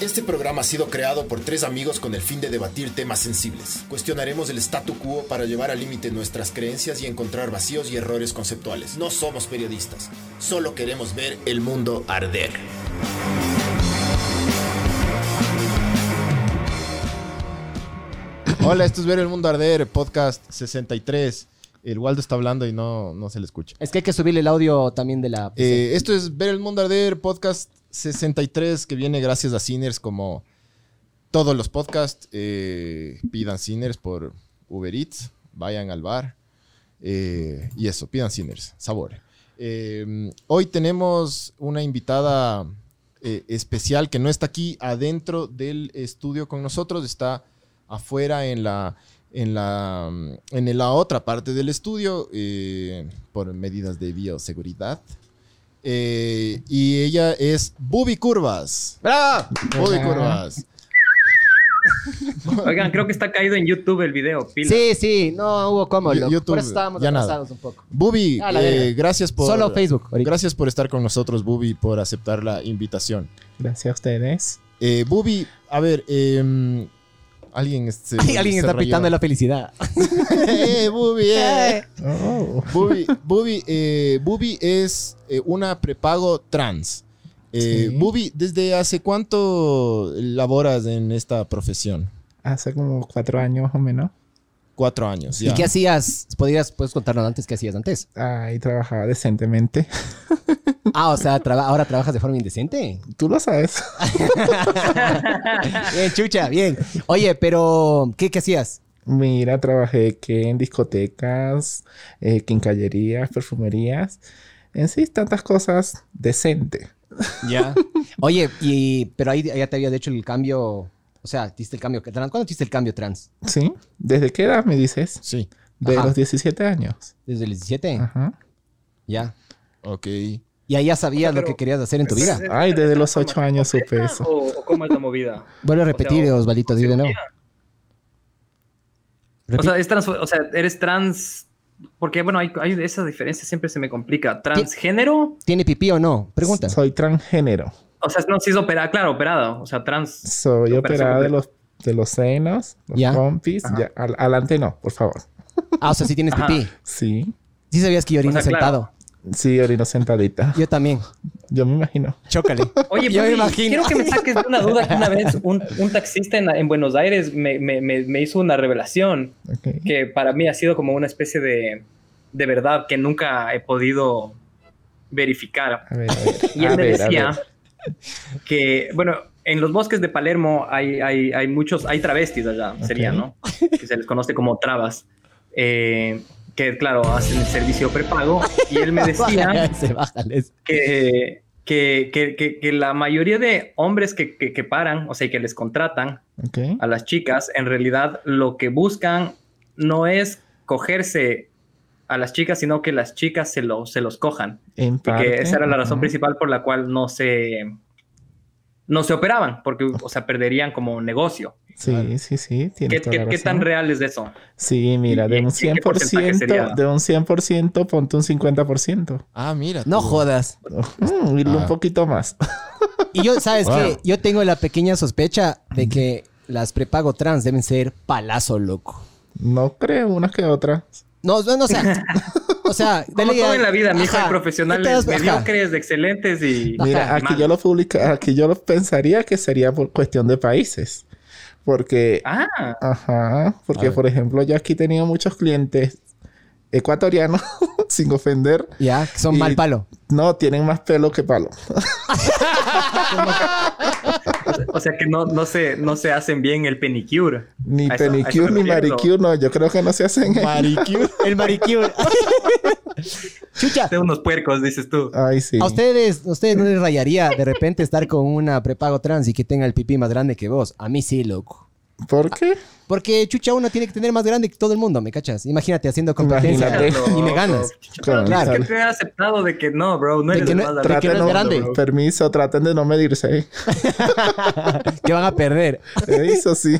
Este programa ha sido creado por tres amigos con el fin de debatir temas sensibles. Cuestionaremos el statu quo para llevar al límite nuestras creencias y encontrar vacíos y errores conceptuales. No somos periodistas, solo queremos ver el mundo arder. Hola, esto es Ver el Mundo Arder, podcast 63. El Waldo está hablando y no, no se le escucha. Es que hay que subirle el audio también de la... Eh, esto es Ver el Mundo Arder, podcast 63, que viene gracias a Sinners como todos los podcasts. Eh, pidan Sinners por Uber Eats, vayan al bar. eh, y eso, pidan Sinners, sabor. Eh, hoy tenemos una invitada eh, especial que no está aquí adentro del estudio con nosotros, está afuera en la... En la, mm, en la otra parte del estudio, eh, por medidas de bioseguridad. Eh, y ella es Bubi Curvas. ¡Bravo! Bubi Curvas. Oigan, creo que está caído en YouTube el video, pila. Sí, sí, no hubo cómo. Yo- loco. YouTube, por eso estábamos ya nada. atrasados un poco. Bubi, A la eh, verga. gracias por. Solo Facebook ahorita. Gracias por estar con nosotros, Bubi, por aceptar la invitación. Gracias a ustedes. Eh, Bubi, a ver, eh, alguien. se- Alguien se está rayó. pitando la felicidad. ¡Eh, Bubi! eh! Oh. Bubi, Bubi, eh, Bubi es eh, una prepago trans. Eh, Sí. Bubi, ¿desde hace cuánto laboras en esta profesión? Hace como cuatro años más o menos. Cuatro años. ya. ¿Y qué hacías? ¿Podrías, puedes contarnos antes qué hacías antes? Ahí trabajaba decentemente. Ah, o sea, traba- ahora trabajas de forma indecente. Tú lo sabes. Bien, chucha, bien. Oye, pero, ¿qué, qué hacías? Mira, trabajé que en discotecas, eh, quincallerías, perfumerías. En sí, tantas cosas decente. Ya. Oye, y, pero ahí ya te había hecho el cambio, o sea, diste el cambio trans. ¿Cuándo diste el cambio trans? ¿Sí? ¿Desde qué edad me dices? Sí, De Ajá. los 17 años. ¿Desde el 17? Ajá. Ya. ok. Y ahí ya sabías Pero- lo que querías hacer en tu vida. Ay, desde los ocho años supe eso. ¿O, o cómo es la movida? Vuelve a repetir, O sea, Osvalito, di de nuevo. O sea, es trans- o sea, eres trans. Porque, bueno, hay, hay esa diferencia, siempre se me complica. ¿Transgénero? ¿Tiene pipí o no? Pregunta. Soy transgénero. O sea, no, si es operada, claro, operada. O sea, trans. Soy Operación operada de completa. los, de los senos, los Ya. pompis. Ya, al- adelante no, por favor. Ah, o sea, sí tienes Ajá. pipí. Sí. Sí sabías que yo orino O sea, claro. sentado. Sí, orino sentadita. Yo también. Yo me imagino. Chócale. Oye, Yo me Bubi, imagino. quiero que me saques de una duda que una vez un, un taxista en, en Buenos Aires me, me- me- me hizo una revelación Ok. que para mí ha sido como una especie de, de verdad que nunca he podido verificar. A ver, a ver. Y él a me ver, a decía ver. que, bueno, en los bosques de Palermo hay, hay, hay muchos, hay travestis allá, sería, Ok. ¿no? Que se les conoce como trabas. Eh, que, claro, hacen el servicio prepago. Y él me Bájale decía ese, bájale ese. que, que, que- que- que la mayoría de hombres que, que, que paran, o sea, y que les contratan Ok. a las chicas, en realidad lo que buscan no es cogerse a las chicas, sino que las chicas se, lo, se los cojan. En Y parte, que esa era la razón ajá. principal por la cual no se no se operaban, porque o sea, perderían como negocio. Sí, sí, ¿Qué, sí. Tienes toda qué- la qué tan razón. real es eso? Sí, mira, y- de y un qué porcentaje sería? 100%, de un 100%, ponte un 50%. Ah, mira. No tú. jodas. Mm, y Ah. un poquito más. Y yo, ¿sabes Wow. qué? Yo tengo la pequeña sospecha de que las prepago trans deben ser palazo, loco. No creo, unas que otras. No, no, no, o sea... O sea, Como dale todo ya- en la vida, mi hijo, Ajá. hay profesionales Entonces, ajá. mediocres, de excelentes y... Mira, y aquí mal. yo lo publica, aquí yo lo pensaría que sería por cuestión de países. Porque Ah, Ajá, A porque ver. por ejemplo yo aquí he tenido muchos clientes ecuatorianos, sin ofender, Ya, que son Y- mal palo. no, tienen más pelo que palo. o sea que no, no, se, no se hacen bien el penicure. Ni A eso- a eso penicure me ni refiero. maricure, no, yo creo que no se hacen. Maricure. El maricure. Chucha, De unos puercos, dices tú. Ay, sí. a ustedes, a ustedes no les rayaría de repente estar con una prepago trans y que tenga el pipí más grande que vos. A mí sí, loco. ¿Por qué? Porque chucha, uno tiene que tener más grande que todo el mundo, ¿me cachas? Imagínate haciendo competencia Imagínate. y me ganas. Pero tienes Claro. que tener aceptado de que no, bro, no De eres que el no- más tra- alto. que no es no- grande. Permiso, traten de no medirse. ¿eh? que van a perder. Eso sí.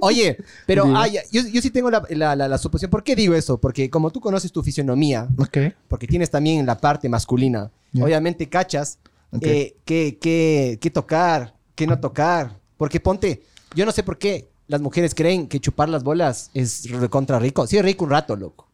Oye, pero Dime. ah, ya, yo, yo sí tengo la, la- la- la suposición. ¿Por qué digo eso? Porque como tú conoces tu fisionomía, ok. porque tienes también la parte masculina, Ya. obviamente cachas Ok. eh, qué, qué- qué tocar, qué no tocar. Porque ponte, yo no sé por qué las mujeres creen que chupar las bolas es recontra rico. Sí, es rico un rato, loco.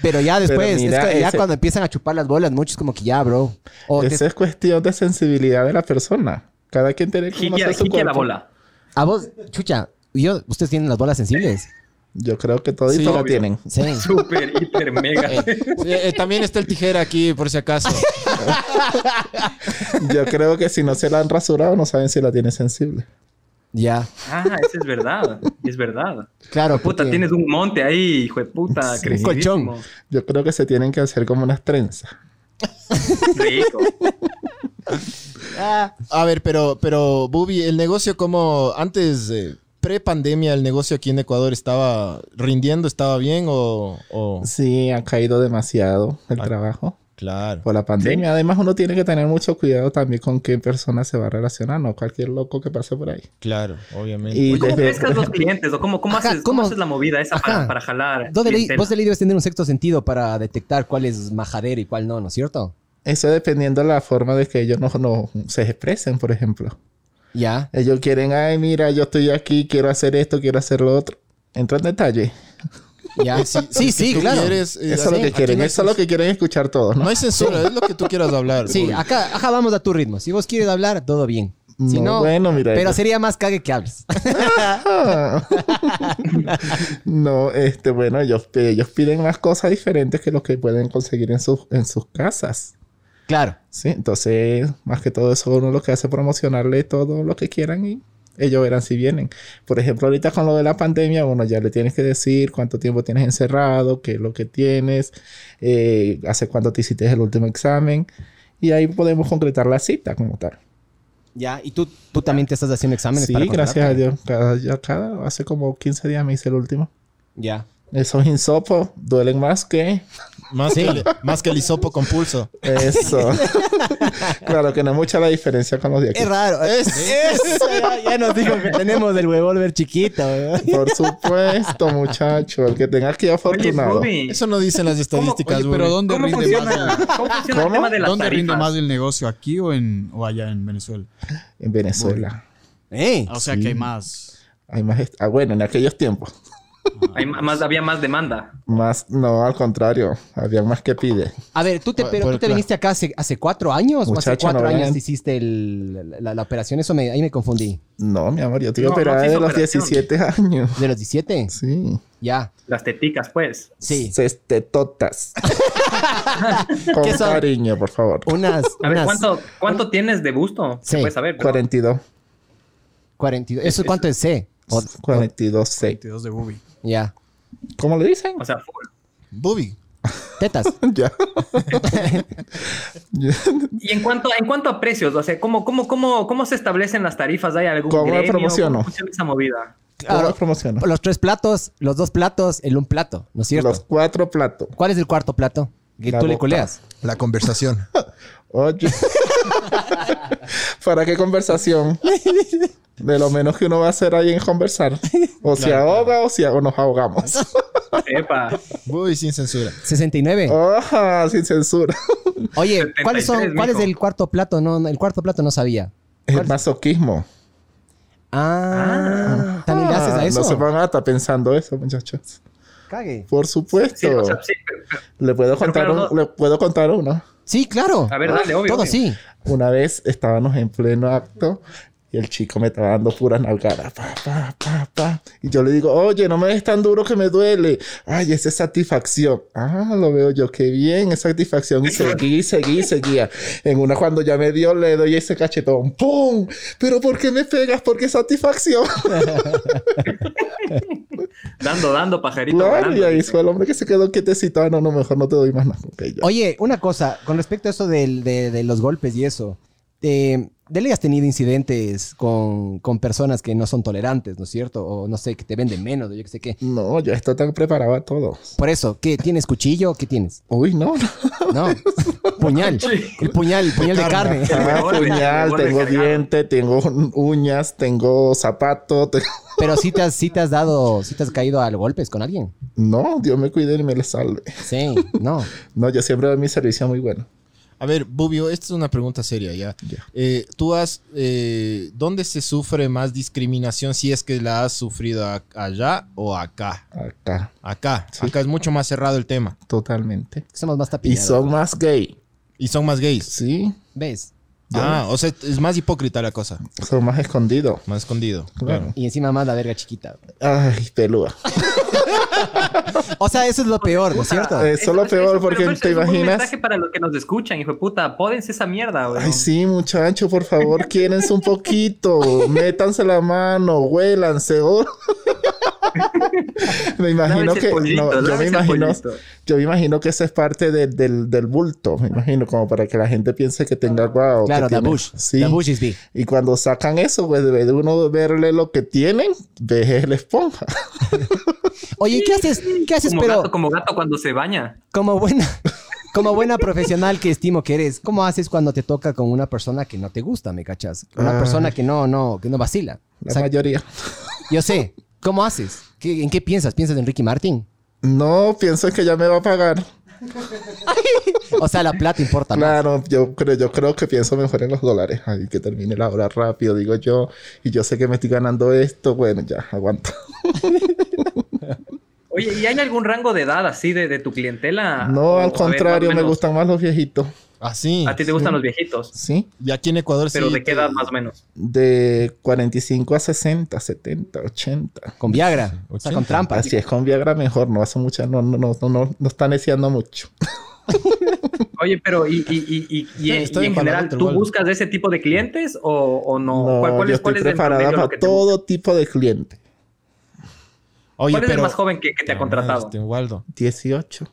Pero ya después, es mira, que ya ese- cuando empiezan a chupar las bolas, muchos como que ya, bro. O Esa te- es cuestión de sensibilidad de la persona. Cada quien tiene que Jique conocer su jique la cuerpo. bola. a vos, chucha, yo, ustedes tienen las bolas sensibles. Yo creo que todito Sí, la obvio. tienen. Sí. Súper, hiper, mega. Sí, eh, también está el tijera aquí, por si acaso. Yo creo que si no se la han rasurado, no saben si la tienen sensible. Ya. Ah, eso es verdad. Es verdad. Claro. Puta, porque- tienes un monte ahí, hijo de puta. Sí, un colchón. crecidísimo. Yo creo que se tienen que hacer como unas trenzas. Rico. Ah, A ver, pero, pero, Bubi, el negocio como antes, eh, pre-pandemia, el negocio aquí en Ecuador estaba rindiendo, estaba bien o... o- Sí, ha caído demasiado el Ah. trabajo Claro. por la pandemia. Además, uno tiene que tener mucho cuidado también con qué persona se va a relacionar, no cualquier loco que pase por ahí. Claro, obviamente. Y ¿Y ¿Cómo desde- pescas los clientes? ¿O cómo, cómo, Ajá, haces, cómo ¿cómo? haces la movida esa Ajá. para, para jalar? ¿dónde leí- clientela? vos de ley debes tener un sexto sentido para detectar cuál es majadera y cuál no, ¿no es cierto? Eso dependiendo la forma de que ellos no, no se expresen, por ejemplo. Ya. Ellos quieren, ay, mira, yo estoy aquí, quiero hacer esto, quiero hacer lo otro. Entra en detalle. Ya. Sí, sí, tú claro. quieres, eh, Eso es lo así, que aquí quieren, no hay eso es lo que quieren escuchar todos, ¿no? No hay censura, ah, es lo que tú quieras hablar. Sí, Bubi. acá, ajá, vamos a tu ritmo. Si vos quieres hablar, todo bien. Si No, no, bueno, mira. pero sería más cague que hables. no, este, bueno, ellos, ellos piden más cosas diferentes que lo que pueden conseguir en sus, en sus casas. Claro. Sí, entonces, más que todo eso, uno lo que hace es promocionarle todo lo que quieran y ellos verán si vienen. Por ejemplo, ahorita con lo de la pandemia, uno ya le tienes que decir cuánto tiempo tienes encerrado, qué es lo que tienes, eh, hace cuánto te hiciste el último examen. Y ahí podemos concretar la cita como tal. Ya. Y tú, tú también te estás haciendo exámenes Sí, para gracias a contratarte. Dios. Cada, ya cada, hace como 15 días me hice el último. Ya. Esos insopos duelen más que Más, que el, más que el hisopo con pulso. eso. claro que no es mucha la diferencia con los de aquí. Es raro. Eso, ya, ya nos dijo que tenemos el huevolver chiquito. weón. Por supuesto, muchacho. El que tenga aquí Oye, afortunado. Ruby, Eso no dicen las estadísticas, Oye, pero Bubi. ¿dónde ¿cómo rinde funciona, más el, ¿cómo funciona el tema de las ¿dónde rinde tarifas? más el negocio? ¿Aquí o, en, o allá en Venezuela? En Venezuela. Ey. Ah, O sea que hay más. Hay más. est- Ah, bueno, en aquellos tiempos. Hay ma- más, había más demanda. Más, no, al contrario. Había más que pide. A ver, tú te, Por- pero por- tú te claro. viniste acá hace, hace cuatro años. o hace Muchacho, cuatro no años vean. te hiciste el- la, la- la operación. Eso me, ahí me confundí. No, mi amor, yo te No, iba a no operar se hizo de los operación. 17 años. ¿De los 17? Sí. Ya. Las teticas, pues. Sí. Cestetotas. Con ¿Qué son? cariño, por favor. Unas. A ver, unas ¿cuánto, cuánto tienes de busto? Sí, Se puede saber. pero- 42. 42. ¿Eso cuánto es C? O- o- 42 C. 22 de Bubi. ya. ¿Cómo le dicen? O sea, full. Bubi. Tetas. Ya. ¿Y en cuanto, en cuanto a precios? O sea, ¿cómo, cómo, cómo, cómo se establecen las tarifas? ¿Hay algún ¿Cómo gremio? promociono? ¿Cómo funciona esa movida? ¿Cómo Claro. los promociono? Los tres platos, los dos platos, el un plato, ¿no es cierto? Los cuatro platos. ¿Cuál es el cuarto plato? Que La tú le boca. culeas. La conversación. Oye. ¿Para qué conversación? De lo menos que uno va a hacer ahí en conversar. O se ahoga o, se, o nos ahogamos. Epa, Bubi sin censura. 69. Oh. Oja, sin censura. Oye, ¿cuáles son, 73, ¿cuál es mijo. el cuarto plato? No, no, el cuarto plato no sabía. El masoquismo. Ah, ¿también le haces Ah, a eso? No se van a estar pensando eso, muchachos. Cague. Por supuesto. sí, o sea, sí, pero- Le puedo contar claro, un- le puedo contar uno. Sí, claro. A ver, dale, obvio, Todo obvio. sí. Una vez estábamos en pleno acto y el chico me estaba dando puras nalgadas. Pa, pa, pa, pa. Y yo le digo, oye, no me des tan duro que me duele. Ay, esa es satisfacción. Ah, lo veo yo, qué bien, es satisfacción. Y seguí, seguí, seguía. En una cuando ya me dio, le doy ese cachetón. ¡Pum! Pero ¿por qué me pegas? Porque es satisfacción. dando, dando, pajarito. Claro, volando, y ahí dice. fue el hombre que se quedó quietecito. Ah, no, no, mejor no te doy más nada. Ok, ya. Oye, una cosa, con respecto a eso del- de, de los golpes y eso, eh, de ley has tenido incidentes con, con personas que no son tolerantes, ¿no es cierto? O no sé, que te venden menos, o yo qué sé qué. No, yo estoy tan preparado a todo. Por eso, ¿qué? ¿Tienes cuchillo? ¿Qué tienes? Uy, no, no. No, puñal. El puñal, el puñal de carne. Ah, Revolver, puñal, revolver tengo cargado. diente, tengo uñas, tengo zapato. te- Pero sí te, has, sí te has dado, sí te has caído a golpes con alguien. No, Dios me cuide y me le salve. Sí, no. No, yo siempre doy mi servicio muy bueno. A ver, Bubio, esta es una pregunta seria ya. Ya. Eh, Tú has, eh, ¿dónde se sufre más discriminación si es que la has sufrido a- allá o acá? Acá, Acá. Sí. Acá es mucho más cerrado el tema. totalmente. Somos más Y tapillados. son más gay, Y son más gays. ¿sí? ¿Ves? Ah, o sea, es más hipócrita la cosa. Son más escondidos. Más escondido. Claro. Y encima más la verga chiquita. Ay, pelúa. O sea, eso es lo peor, ¿no es cierto? Eh, Eso es lo peor, porque pero es- te es un buen imaginas- mensaje para los que nos escuchan, hijo de puta. Apódense esa mierda, güey. Ay, sí, muchacho, por favor, quiérense un poquito, métanse la mano, huélanse. oh. me imagino que. no, yo, me imagino, yo me imagino que eso es parte de- del, del bulto, me imagino, como para que la gente piense que tenga guau. Claro, que la tiene- Bush. Sí. La Bush is big. Y cuando sacan eso, pues de de uno verle lo que tienen, ves la esponja. Oye, ¿y qué haces? ¿Qué haces, Como, pero gato, como gato cuando se baña. como buena, como buena profesional que estimo que eres? ¿Cómo haces cuando te toca con una persona que no te gusta, me cachas? Una Ah. persona que no, no, que no vacila. O La sea, mayoría. yo sé. ¿Cómo haces? ¿Qué- ¿En qué piensas? ¿Piensas en Ricky Martin? No, pienso que ya me va a pagar. O sea, la plata importa más. Claro, yo creo, yo creo que pienso mejor en los dólares. Ay, que termine la hora rápido, digo yo. Y yo sé que me estoy ganando esto. Bueno, ya, aguanta. Oye, ¿y hay algún rango de edad así de, de tu clientela? Ah, No, O, a al ver, contrario, más o me menos, gustan más los viejitos. Así. A ti te gustan los viejitos, ¿Sí? Ah, Y aquí en Ecuador pero sí ¿de qué te- edad más o menos? De 45 a 60, 70, 80. Con Viagra. O sea, con 80. trampa. Así es, con Viagra mejor. No hace mucha, no, no, no, no, no, no están deseando mucho. Oye, pero ¿y, y, y, y, y- Estoy- y estoy en general embalado, tú igual. buscas ese tipo de clientes o, o no? No, yo estoy el promedio preparada de lo que para te todo tipo de cliente. Oye, ¿Cuál es pero... el más joven que, que te ha contratado? Este, Waldo. 18.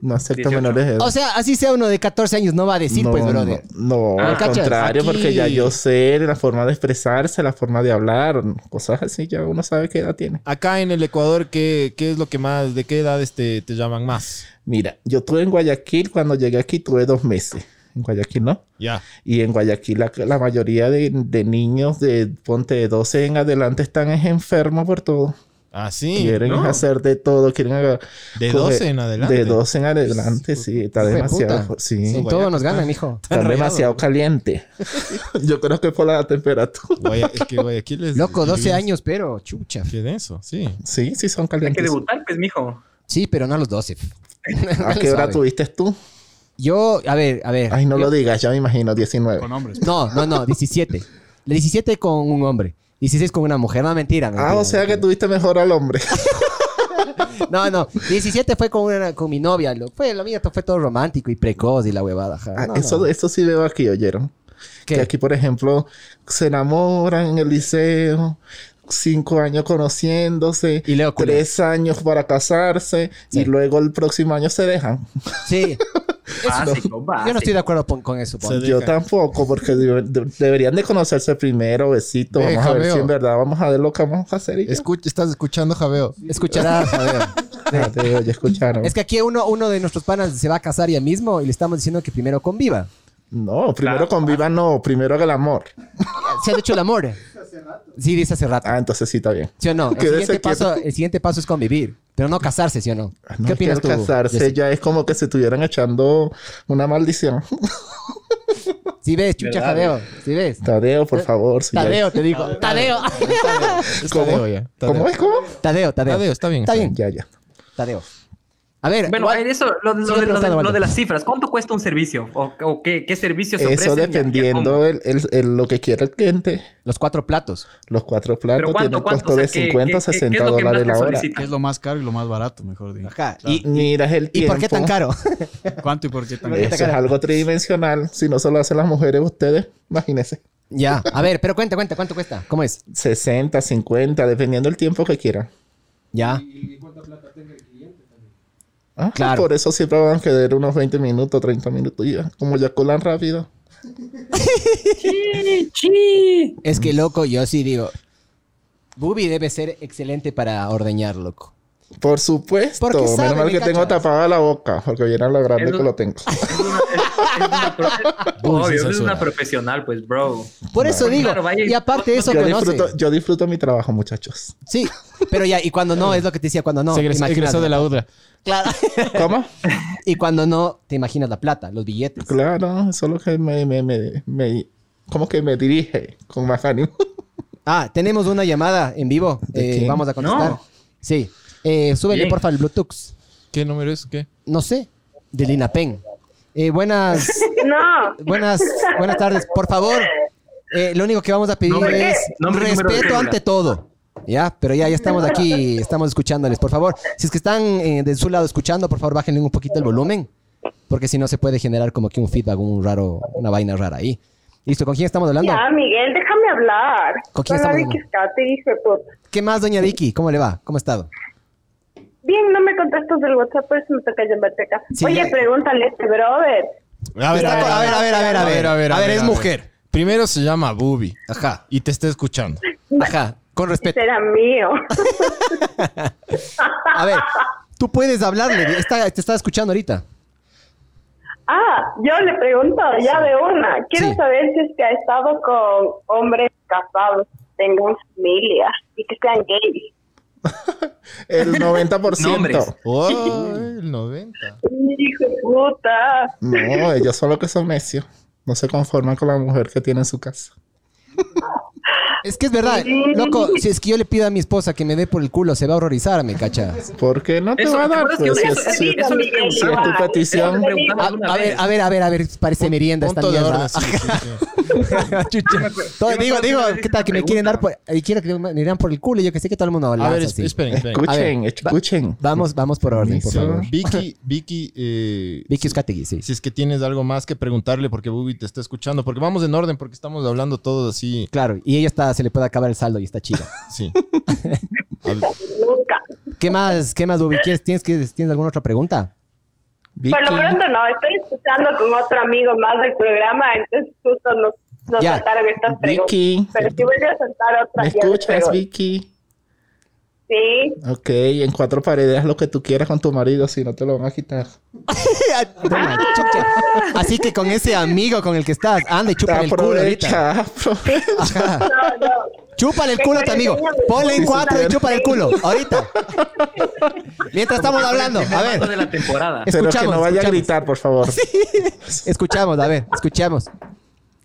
No acepto 18. menores de edad. O sea, así sea uno de 14 años, no va a decir, no, pues, brother. No, no, Ah, al ¿cachas? contrario, Aquí- porque ya yo sé la forma de expresarse, la forma de hablar, cosas así, ya uno sabe qué edad tiene. Acá en el Ecuador, ¿qué, qué es lo que más, de qué edades te, te llaman más? Mira, yo estuve en Guayaquil, cuando llegué aquí tuve dos meses. En Guayaquil, ¿no? Ya. Y en Guayaquil la, la mayoría de, de niños de ponte de 12 en adelante están es enfermos por todo. Así. Quieren no. hacer de todo, quieren aga- Ah, De coger- 12 en adelante. De 12 en adelante, sí, está Hijo de demasiado, puta. sí, En Guayaca. todo nos ganan, mijo. está rayado, demasiado caliente. yo creo que por la temperatura. Guaya- es que Guayaquil es... Loco, 12 es- años, pero chucha. Qué denso, sí. Sí, sí son Hay que calientes. debutar, pues, mijo. Sí, pero no a los 12. ¿A qué hora Suave. tuviste tú? Yo, a ver, a ver. Ay, no lo digas, ya me imagino, 19. Con hombres. No, no, no, 17. La 17 con un hombre. 16 con una mujer. No, mentira. Ah, o sea que tuviste mejor al hombre. tú... No, no. 17 fue con, una, con mi novia. Lo, fue, lo mío fue todo romántico y precoz y la huevada. ajá. Ah, No, eso, no. eso sí veo aquí, ¿oyeron? ¿Qué? Que aquí, por ejemplo, se enamoran en el liceo, cinco años conociéndose, Y luego culian. tres años para casarse, Sí. y luego el próximo año se dejan. Sí. Básico, Yo no básico. estoy de acuerdo pon- con eso. pon. Se- Yo dejan. tampoco, porque de- de- deberían de conocerse primero, besitos. Vamos a Deja, ver si veo. en verdad vamos a ver lo que vamos a hacer. Y ya. Escuch- estás escuchando, Javeo. Escucharás, a ver. Ah, te digo, ya escucharon. Es que aquí uno, uno de nuestros panas se va a casar ya mismo y le estamos diciendo que primero conviva. No, primero Claro. convivan, no, primero haga el amor. Se ha hecho el amor. Sí, dice hace rato. Ah, entonces sí está bien. ¿Sí o no? El Quédese siguiente, quieto. paso, el siguiente paso es convivir, pero no casarse, ¿sí o no? Ah, ¿Qué no, es que opinas al tú? casarse Jesse? ya es como que se estuvieran echando una maldición. Si ves, chucha ¿Verdad, Jadeo, si ves. Tadeo, por favor. si ya- Eh, Tadeo, te digo. Tadeo. Es ¿Cómo? Tadeo ya. Tadeo. ¿Cómo es? ¿Cómo? Tadeo, Tadeo. Tadeo, está bien, Está está bien, Ya, ya. Tadeo. A ver, Bueno, igual- eso, lo, lo Sigue de, lo de- preguntando, lo de Waldo. las cifras. ¿Cuánto cuesta un servicio? ¿O, o qué, qué servicio se ofrece? Eso dependiendo el, el- el- lo que quiera el cliente. los cuatro platos. Los cuatro Pero platos tienen cuánto, un cuánto, costo O sea, de ¿qué- 50 a qué- qué es 60 lo que más dólares te la hora. solicitan? ¿Qué es lo más caro y lo más barato, mejor dicho? Ajá. Y Y, miras el ¿Y tiempo. por qué tan caro? ¿Cuánto y por qué tan ¿Por qué Eso tan caro? caro? es algo tridimensional. Si no se lo hacen las mujeres, ustedes, imagínense. ya, a ver, pero cuenta, cuenta, ¿cuánto cuesta? ¿Cómo es? 60, 50, dependiendo el tiempo que quieran. Ya. Ah, Claro. Por eso siempre van a quedar unos 20 minutos, 30 minutos. y Ya. Como ya colan rápido. Mm. Es que loco, yo sí digo. Bubi debe ser excelente para ordeñar, loco. Por supuesto. Porque Menos sabe, mal me que tengo cachas. tapada la boca, porque viene lo grande Eso- que lo tengo. Es una- es- es una pro- Uy, sí, Obvio, es censura. una profesional, pues, bro. Por eso Claro, digo, vaya y- y aparte de eso Yo conoce. disfruto, yo disfruto mi trabajo, muchachos. Sí, pero ya, y cuando no, es lo que te decía, cuando no, Se egres- te imaginas- egresó de la UDRA. Claro. ¿Cómo? Y cuando no, te imaginas la plata, los billetes. Claro, eso es lo que me, me, me, me- como que me dirige con más ánimo. Ah, tenemos una llamada en vivo. ¿De Eh, quién? vamos a contestar. No. Sí. Eh, súbele, Bien. porfa, el Bluetooth. ¿Qué número es? ¿Qué? No sé, de Lina Pen. Eh, buenas, No, buenas, buenas tardes. Por favor, eh, lo único que vamos a pedir Nombre, es nombre y número de respeto cédula. ante todo. Ya, pero ya, ya estamos aquí, estamos escuchándoles. Por favor, si es que están eh, de su lado escuchando, por favor, bájenle un poquito el volumen. Porque si no, se puede generar como que un feedback, un raro, una vaina rara ahí. Listo, ¿con quién estamos hablando? ya, Miguel, déjame hablar. ¿Con quién Habla estamos de Quiscate, dice, pues, ¿Qué más, doña Vicky? ¿Cómo le va? ¿Cómo ha estado? Bien, no me contestas del WhatsApp, por eso me toca llamarte acá. Sí, Oye, ya- pregúntale a este brother. A ver, Está- a ver, a ver, a ver, a ver. A ver, es mujer. Primero se llama Bubi Ajá, y te está escuchando. ajá, con respeto. Será mío. A ver, tú puedes hablarle, está- te está escuchando ahorita. ah, yo le pregunto ya de una. Quiero Sí. saber si es que ha estado con hombres casados, tengan familia y que sean gays. El 90%. Nombres. ¡Oh! El 90. Hijo de puta. No, ellos son los que son necios. No se conforman con la mujer que tiene en su casa. Es que es verdad, loco, si es que yo le pido a mi esposa que me dé por el culo, se va a horrorizar, me cacha. ¿Por qué no te Eso, va a ¿te dar? acuerdas pues, que si eso- es- eso- si- eso les si es preguntaba? tu petición. Eso les preguntaba Ah, A, alguna a ver, vez. a ver, a ver, a ver, parece merienda esta Punto de mierda. orden. sí, sí, sí. Ajá, chucha. Todo- digo, digo, ¿qué tal? Que me quieren dar por, eh, quiero que me irán por el culo, yo que sé que todo el mundo habla. A ver, así. esp- esperen, esperen. Escuchen, va- escuchen. Vamos, vamos por orden, por Inicio. favor. Vicky, Vicky, eh, Vicky Uzcategui, sí. si es que tienes algo más que preguntarle porque Bubi te está escuchando, porque vamos en orden, porque estamos hablando todos así. Claro, y ella está, se le puede acabar el saldo y está chida. Sí. Nunca. ¿Qué más, qué más, Bubi? ¿Quieres- ¿Tienes, que- ¿Tienes alguna otra pregunta? Por lo pronto no, estoy escuchando con otro amigo más del programa, entonces justo nos, nos Ya. saltaron estas preguntas. Vicky. Pero si vuelve a saltar otra ¿Me ya te escuchas, pregunto. Vicky? Sí. Ok, en cuatro paredes haz lo que tú quieras con tu marido, si no te lo van a quitar. Toma, chucha. Así que con ese amigo con el que estás, anda y chúpale el culo ahorita. Aprovecha, aprovecha. Ajá. No, no. Chúpale el culo a tu amigo. Ponle en cuatro y chúpale el culo. Ahorita. Mientras estamos hablando. A Momento ver, de la temporada. Es- Pero que Escuchamos, no vaya a escuchamos. gritar, por favor. escuchamos, a ver, escuchamos.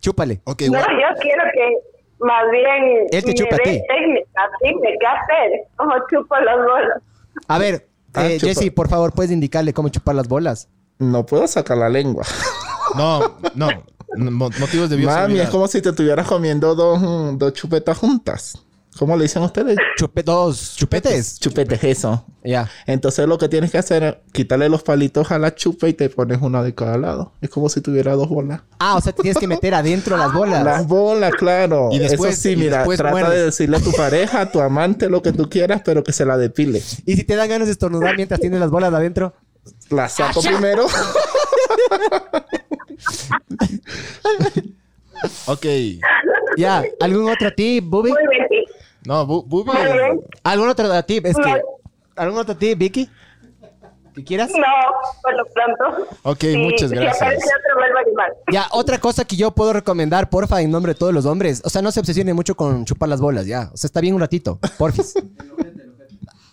Chúpale. Ok, No, bueno. yo quiero que más bien Él te me chupa a dé ti. técnica, dime qué hacer, cómo chupo los bolos. A ver, Ah, eh, chupa. Jesse, por favor, puedes indicarle cómo chupar las bolas. No puedo sacar la lengua. No, no. no, mo- Motivos de Mami, es bioseguridad. como si te estuvieras comiendo dos, mm, dos chupetas juntas. ¿Cómo le dicen ustedes? Chupe dos chupetes. Chupetes, eso. Ya. Entonces lo que tienes que hacer es quitarle los palitos a la chupa y te pones una de cada lado. Es como si tuviera dos bolas. Ah, o sea, te tienes que meter adentro las bolas. Las bolas, claro. Y después- Eso sí, y mira, después trata muerdes. de decirle a tu pareja, a tu amante, lo que tú quieras, pero que se la depile. Y si te dan ganas de estornudar mientras tienes las bolas adentro. La saco primero. Ok. Ya. ¿Algún otro tip, Bubi? Muy bien, sí. No, Bu- Bubi. Muy bien. ¿Algún otro tip? Es que. No. ¿Algún otro tip, Vicky? ¿Que quieras? No, por lo pronto. Ok, Sí, muchas gracias. Si aparece otro, vuelvo a animar. Ya, otra cosa que yo puedo recomendar, porfa, en nombre de todos los hombres. O sea, no se obsesionen mucho con chupar las bolas, ya. O sea, está bien un ratito, porfis.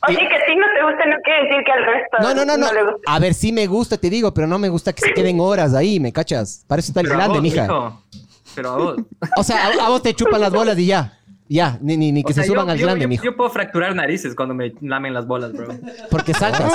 Oye, que a ti no te gusta, no quiere decir que al resto No, no, no, no. le gusta. A ver, sí me gusta, te digo, pero no me gusta que se queden horas ahí, ¿me cachas? Para eso está el Pero a grande, vos, mija. hijo. Pero a vos. O sea, a, a vos te chupan las bolas y ya. Ya, ni, ni, ni que O sea, se suban yo- al yo- grande, yo- mijo. Yo puedo fracturar narices cuando me lamen las bolas, bro. Porque saltas.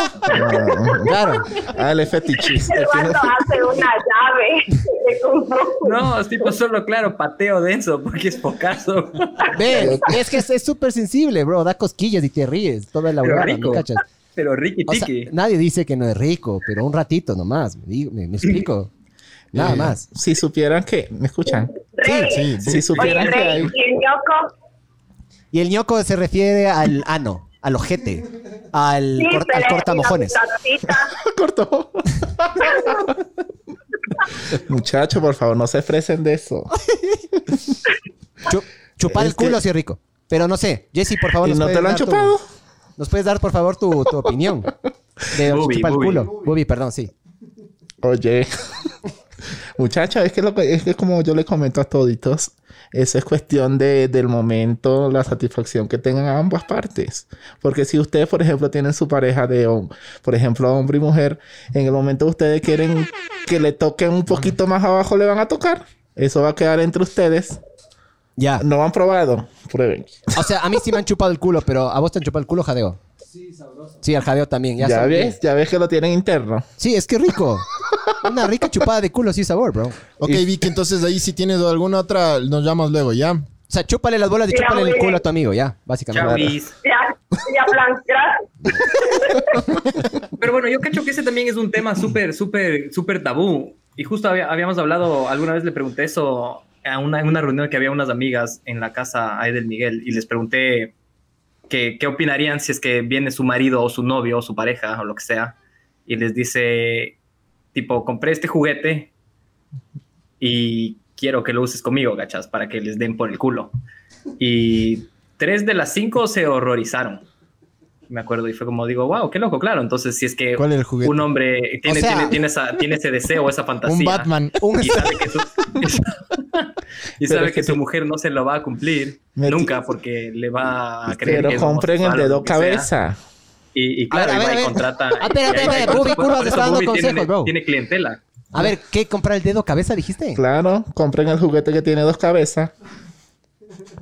Claro. Ah, el fetichista. El vato hace una llave de Kung Fu. No, es tipo solo, claro, pateo denso porque es pocaso. Ve, es que es es súper sensible, bro. Da cosquillas y te ríes. Toda la Pero huevada, ¿me rico. cachas? Pero riqui O sea, tiqui. nadie dice que no es rico, pero un ratito nomás. Me, digo- me- me explico. Nada Eh, más. Si supieran que, ¿me escuchan? Sí, Rey, Si Eh, Oye, supieran que hay... Rey, y el ñoco. Y el ñoco se refiere al ano, al ojete, al, Sí, cor- pero al es cortamojones. una platita. Cortó. Muchacho, por favor, no se expresen de eso. Chu- chupar Es el culo que- sí es rico. Pero no sé, Jesse, por favor. ¿Y nos no te puedes lo han dar tu- chupado? ¿Nos puedes dar, por favor, tu, tu opinión? De Bubi, chupa el Bubi. culo. Bubi, perdón, sí. Oye, muchacha, es que, lo que- es que como yo le comento a toditos, eso es cuestión de, del momento, la satisfacción que tengan ambas partes. Porque si ustedes, por ejemplo, tienen su pareja de, hom- por ejemplo, hombre y mujer, en el momento ustedes quieren que le toquen un poquito más abajo, le van a tocar. Eso va a quedar entre ustedes. Ya. No han probado, prueben. O sea, a mí sí me han chupado el culo, pero ¿a vos te han chupado el culo, jadeo? Sí, sabroso. Sí, al jadeo también. Ya, Ya, sabes. ves, ya ves que lo tienen interno. Sí, es que rico. Una rica chupada de culo, sí, sabor, bro. O Ok, Vicky, entonces ahí si tienes alguna otra, nos llamas luego, ¿ya? sea, chúpale las bolas y Ya, chúpale muy el bien. culo a tu amigo, ya, básicamente. Chavis. Ya, ya, Blanc, gracias. Pero bueno, yo cacho que ese también es un tema súper, súper, súper tabú. Y justo había- habíamos hablado, alguna vez le pregunté eso a una, en una reunión que había unas amigas en la casa ahí del Miguel y les pregunté que- qué opinarían si es que viene su marido o su novio o su pareja o lo que sea y les dice, tipo, compré este juguete y quiero que lo uses conmigo, gachas, para que les den por el culo. Y tres de las cinco se horrorizaron. Me acuerdo y fue como digo, wow, qué loco, claro. Entonces, si es que ¿Cuál es el juguete? un hombre tiene, O sea- tiene, tiene esa- tiene ese deseo, esa fantasía. Un Batman. Un- Y sabe que su, y Pero sabe es que que su tú- mujer no se lo va a cumplir Me- nunca porque le va Este, a creer Ah, que Pero es compren el homosexual o de lo dos que sea. cabezas. Y, y A ver, claro, a y ver, va a y ver. contrata. Ah, espera, y ahí- espera, ahí- espera, por Bubi, eso- por Curvas, eso está dando Bubi tiene- consejos, bro. Tiene clientela. A ver, ¿qué? ¿Comprar el dedo cabeza, dijiste? Claro, compren el juguete que tiene dos cabezas.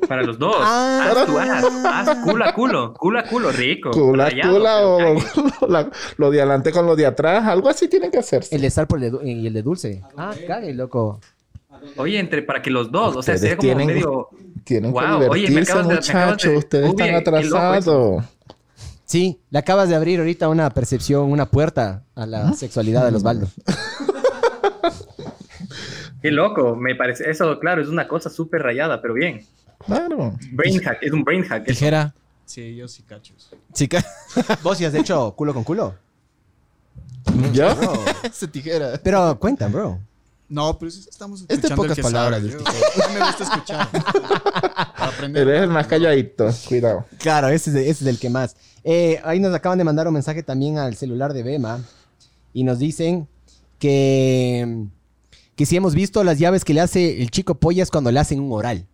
Para los dos. Ah. haz tu haz, haz culo a culo, culo a culo, rico. Cula, rayado, cula pero o cague. la- lo de adelante con lo de atrás, algo así tiene que hacerse. El de sal por el de du- y el de dulce. Ah, cague, loco. Oye, entre para que los dos, o sea, Ustedes sería como tienen- medio. Tienen Wow, que oye, me divertirse, acabas de- me acabas muchachos. de- Ustedes Uy, están qué loco eso. atrasados. Sí, le acabas de abrir ahorita una percepción, una puerta a la sexualidad de Osvaldo. Qué loco, me parece. Eso, claro, es una cosa súper rayada, pero bien. Claro. Brain hack, es un brain hack. eso. Tijera. Sí, yo sí cacho eso. Chica. ¿Vos sí has hecho culo con culo? ¿Yo? Ese tijera. Pero cuentan, bro. No, pero sí estamos de escuchando pocas el que palabras, sabe, este yo- a mí me gusta escuchar. Para aprender. Eres el más calladito. Cuidado. Claro, ese es, de- ese es el que más. Eh, ahí nos acaban de mandar un mensaje también al celular de Bema y nos dicen que, que si hemos visto las llaves que le hace el chico pollas cuando le hacen un oral.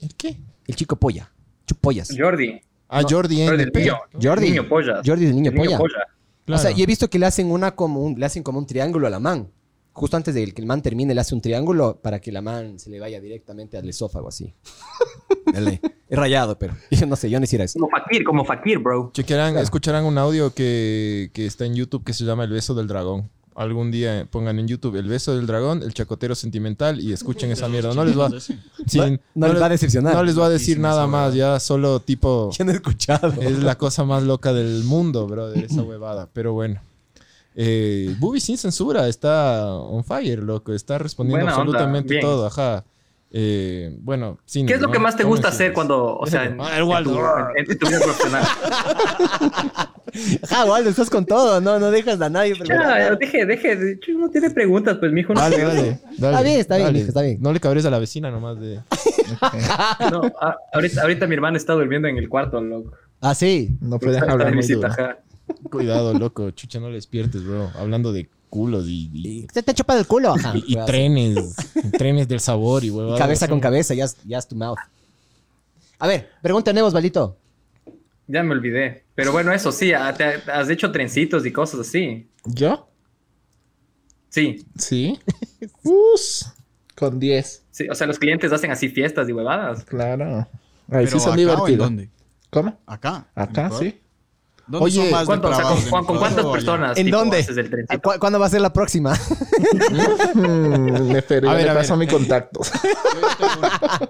¿El qué? El chico polla. Chupollas. Jordi, A Jordi Jordi, el NP. niño. Jordi. Niño polla. Jordi es el niño polla. Claro. O sea, yo he visto que le hacen una como un, le hacen como un triángulo a la man. Justo antes de que el man termine, le hace un triángulo para que la man se le vaya directamente al esófago así. Dale. He rayado, pero yo no sé, yo no hiciera eso. Como Fakir, como Fakir, bro. Chequearán, escucharán un audio que, que está en YouTube que se llama El beso del dragón. Algún día pongan en YouTube El beso del dragón, El chacotero sentimental y escuchen esa mierda. No les va, sí, No- no les va a decepcionar. No les va a decir Loquísima nada esa más, ya solo tipo Yo no he escuchado. es la cosa más loca del mundo, brother, esa huevada, pero bueno. Eh, Bubi sin censura está on fire, loco, está respondiendo Buena onda, absolutamente bien. todo, ajá. Eh, bueno, sin ¿Qué es lo ¿no? que más te gusta Tómense- hacer cuando, o sea, en, Ah, en tu, en- en tu vida profesional? Ja, Waldo, Ah, estás con todo. No, no dejas a nadie. Ya, preguntar. deje, deje. de- chulo, No tiene preguntas, pues, mijo. No, Dale, dale, dale, Está bien, está bien, dale. hijo, está bien. No le cabres a la vecina nomás de no, a- ahorita, ahorita mi hermano está durmiendo en el cuarto, loco. Ah, sí. No puedes Está de Pues hablar muy visita, duro. ajá. cuidado, loco, chucha, no le despiertes, bro, hablando de culos y, y, Se te chupa el culo. Ajá. y- y trenes, trenes del sabor y huevadas. cabeza con cabeza, ya ya tu mouth. A ver, pregunta nueva, Osvalito. Ya me olvidé. Pero bueno, eso sí, a- te- has hecho trencitos y cosas así. ¿Yo? Sí, Sí. Us, Con 10. sí. O sea, los clientes hacen así fiestas y huevadas. Claro. Ahí Pero sí acá son o en divertidos. dónde? ¿Cómo? Acá. ¿En Acá, Ecuador? sí. ¿Dónde Oye, son más ¿Cuánto- o sea, depravados, con, en con- con Ecuador cuántas o allá? personas ¿En tipo, dónde? haces el trencito? Ah, ¿Cu- ¿Cuándo va a ser la próxima? Mm, me esperé, A ver, le a paso ver. mi contacto.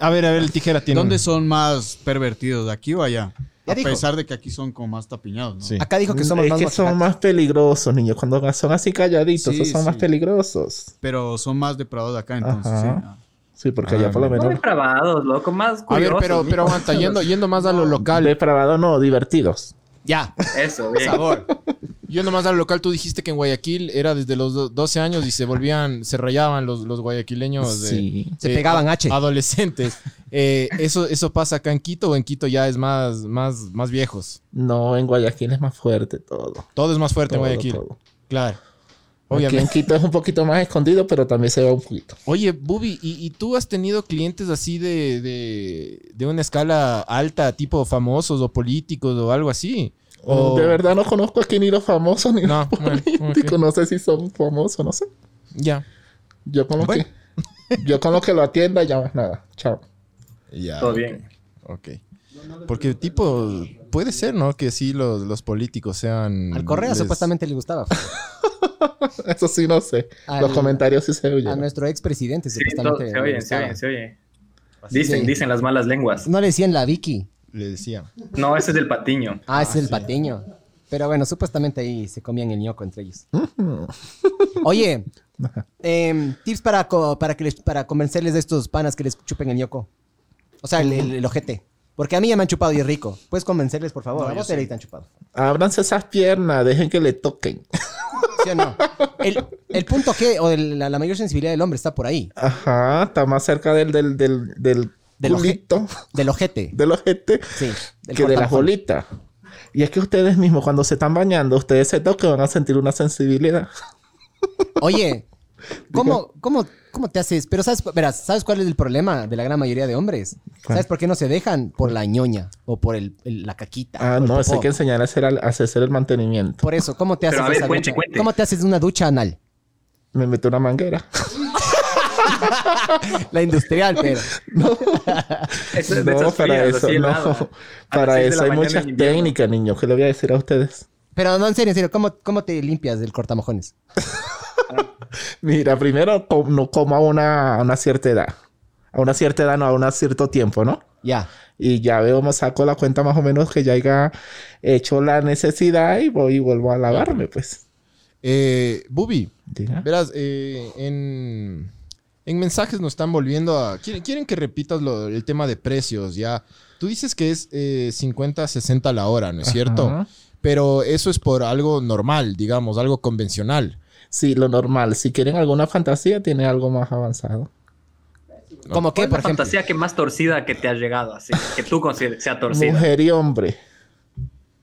A ver, a ver, el tijera tiene. ¿Dónde una. son más pervertidos? ¿Aquí o allá? Ya A dijo. pesar de que aquí son como más tapiñados, ¿no? Sí. Acá dijo que somos Mm, es más que son mojigatos. más peligrosos, niños. Cuando son así calladitos, Sí, son más sí. peligrosos. Pero son más depravados acá, entonces. Ajá. sí. Ah. Sí, porque Ah, allá por lo No menos... depravados, loco, más A ver, curiosos, pero, mijo. pero aguanta, yendo, yendo más a lo local. Depravado no, divertidos. Ya, Eso, bien. sabor. Yendo más a lo local, tú dijiste que en Guayaquil era desde los do- 12 años y se volvían, se rayaban los, los guayaquileños de Sí. Ah, Se pegaban H. adolescentes. Eh, eso, eso pasa acá en Quito o en Quito ya es más, más, más viejos. No, en Guayaquil es más fuerte todo. Todo es más fuerte Todo, en Guayaquil. todo. Claro. Aquí en Obviamente. Quito es un poquito más escondido, pero también se ve un poquito. Oye, Bubi, ¿y, y tú has tenido clientes así de, de, de una escala alta, tipo famosos o políticos o algo así? O- De verdad no conozco aquí ni los famosos ni Oh. No, los bueno, políticos. ok. No sé si son famosos, no sé. Ya. Yo con lo que... Yo con lo que lo atienda ya más nada. Chao. Ya. Todo Ah, ok, bien. Ok. Porque tipo, puede ser, ¿no? Que sí los, los políticos sean... Al Correa pues. les- supuestamente le gustaba. Eso sí no sé. los Al- comentarios sí se A oyen. nuestro expresidente Sí, todo- supuestamente. se le oye, se gustaba. oye, se oye. Dicen, que- dicen las malas lenguas. No le decían la Vicky. Le decía. No, ese es del patiño. Ah, ese es el pateño. Pero bueno, supuestamente ahí se comían el ñoco entre ellos. Mm. Oye, em, tips para, co- para, que les- para convencerles de estos panas que les chupen el ñoco. O sea, el, el- el ojete. Porque a mí ya me han chupado y es rico. Puedes convencerles, por favor. a vos te han chupado. Ábranse esas piernas, dejen que le toquen. ¿Sí o no? El, el punto G o el- la, la mayor sensibilidad del hombre está por ahí. Ajá, está más cerca del, del, del, del, Del oje- culito, Del ojete. del ojete, Sí. del que de las cortapón. bolitas. Y es que ustedes mismos, cuando se están bañando, ustedes se toquen, van a sentir una sensibilidad. Oye, ¿cómo, cómo, cómo te haces? Pero sabes, verás, ¿sabes cuál es el problema de la gran mayoría de hombres? ¿Cuál? ¿Sabes por qué no se dejan? Por la ñoña o por el, el- la caquita. Ah, o el no, eso hay popó. que enseñar a hacer, al- a hacer el mantenimiento. Por eso, ¿cómo te haces Pero a ver, esa cuente, ducha? cuente. ¿Cómo te haces una ducha anal? Me meto una manguera. La industrial, pero. Eso es de No, esas para frías, eso, así helada. no. A las Para seis de eso la hay mañana muchas en invierno. técnicas, niño. ¿Qué le voy a decir a ustedes? Pero no, en serio, en serio, ¿cómo, cómo te limpias del cortamojones? Mira, primero, co- no como a una, a una cierta edad. A una cierta edad, no, a un cierto tiempo, ¿no? Ya. Y ya veo, me saco la cuenta más o menos que ya haya hecho la necesidad y voy y vuelvo a lavarme, pues. Eh, Bubi, Diga. verás, eh, en, en mensajes nos están volviendo a... Quieren, quieren que repitas lo- el tema de precios, ya. Tú dices que es eh, 50, 60 la hora, ¿no es cierto? Ajá. Pero eso es por algo normal, digamos, algo convencional. Sí, lo normal. Si quieren alguna fantasía, tiene algo más avanzado. ¿Cómo ¿Cuál qué, es la por ejemplo? fantasía que más torcida que te ha llegado? Así, que tú consideres sea torcida. Mujer y hombre.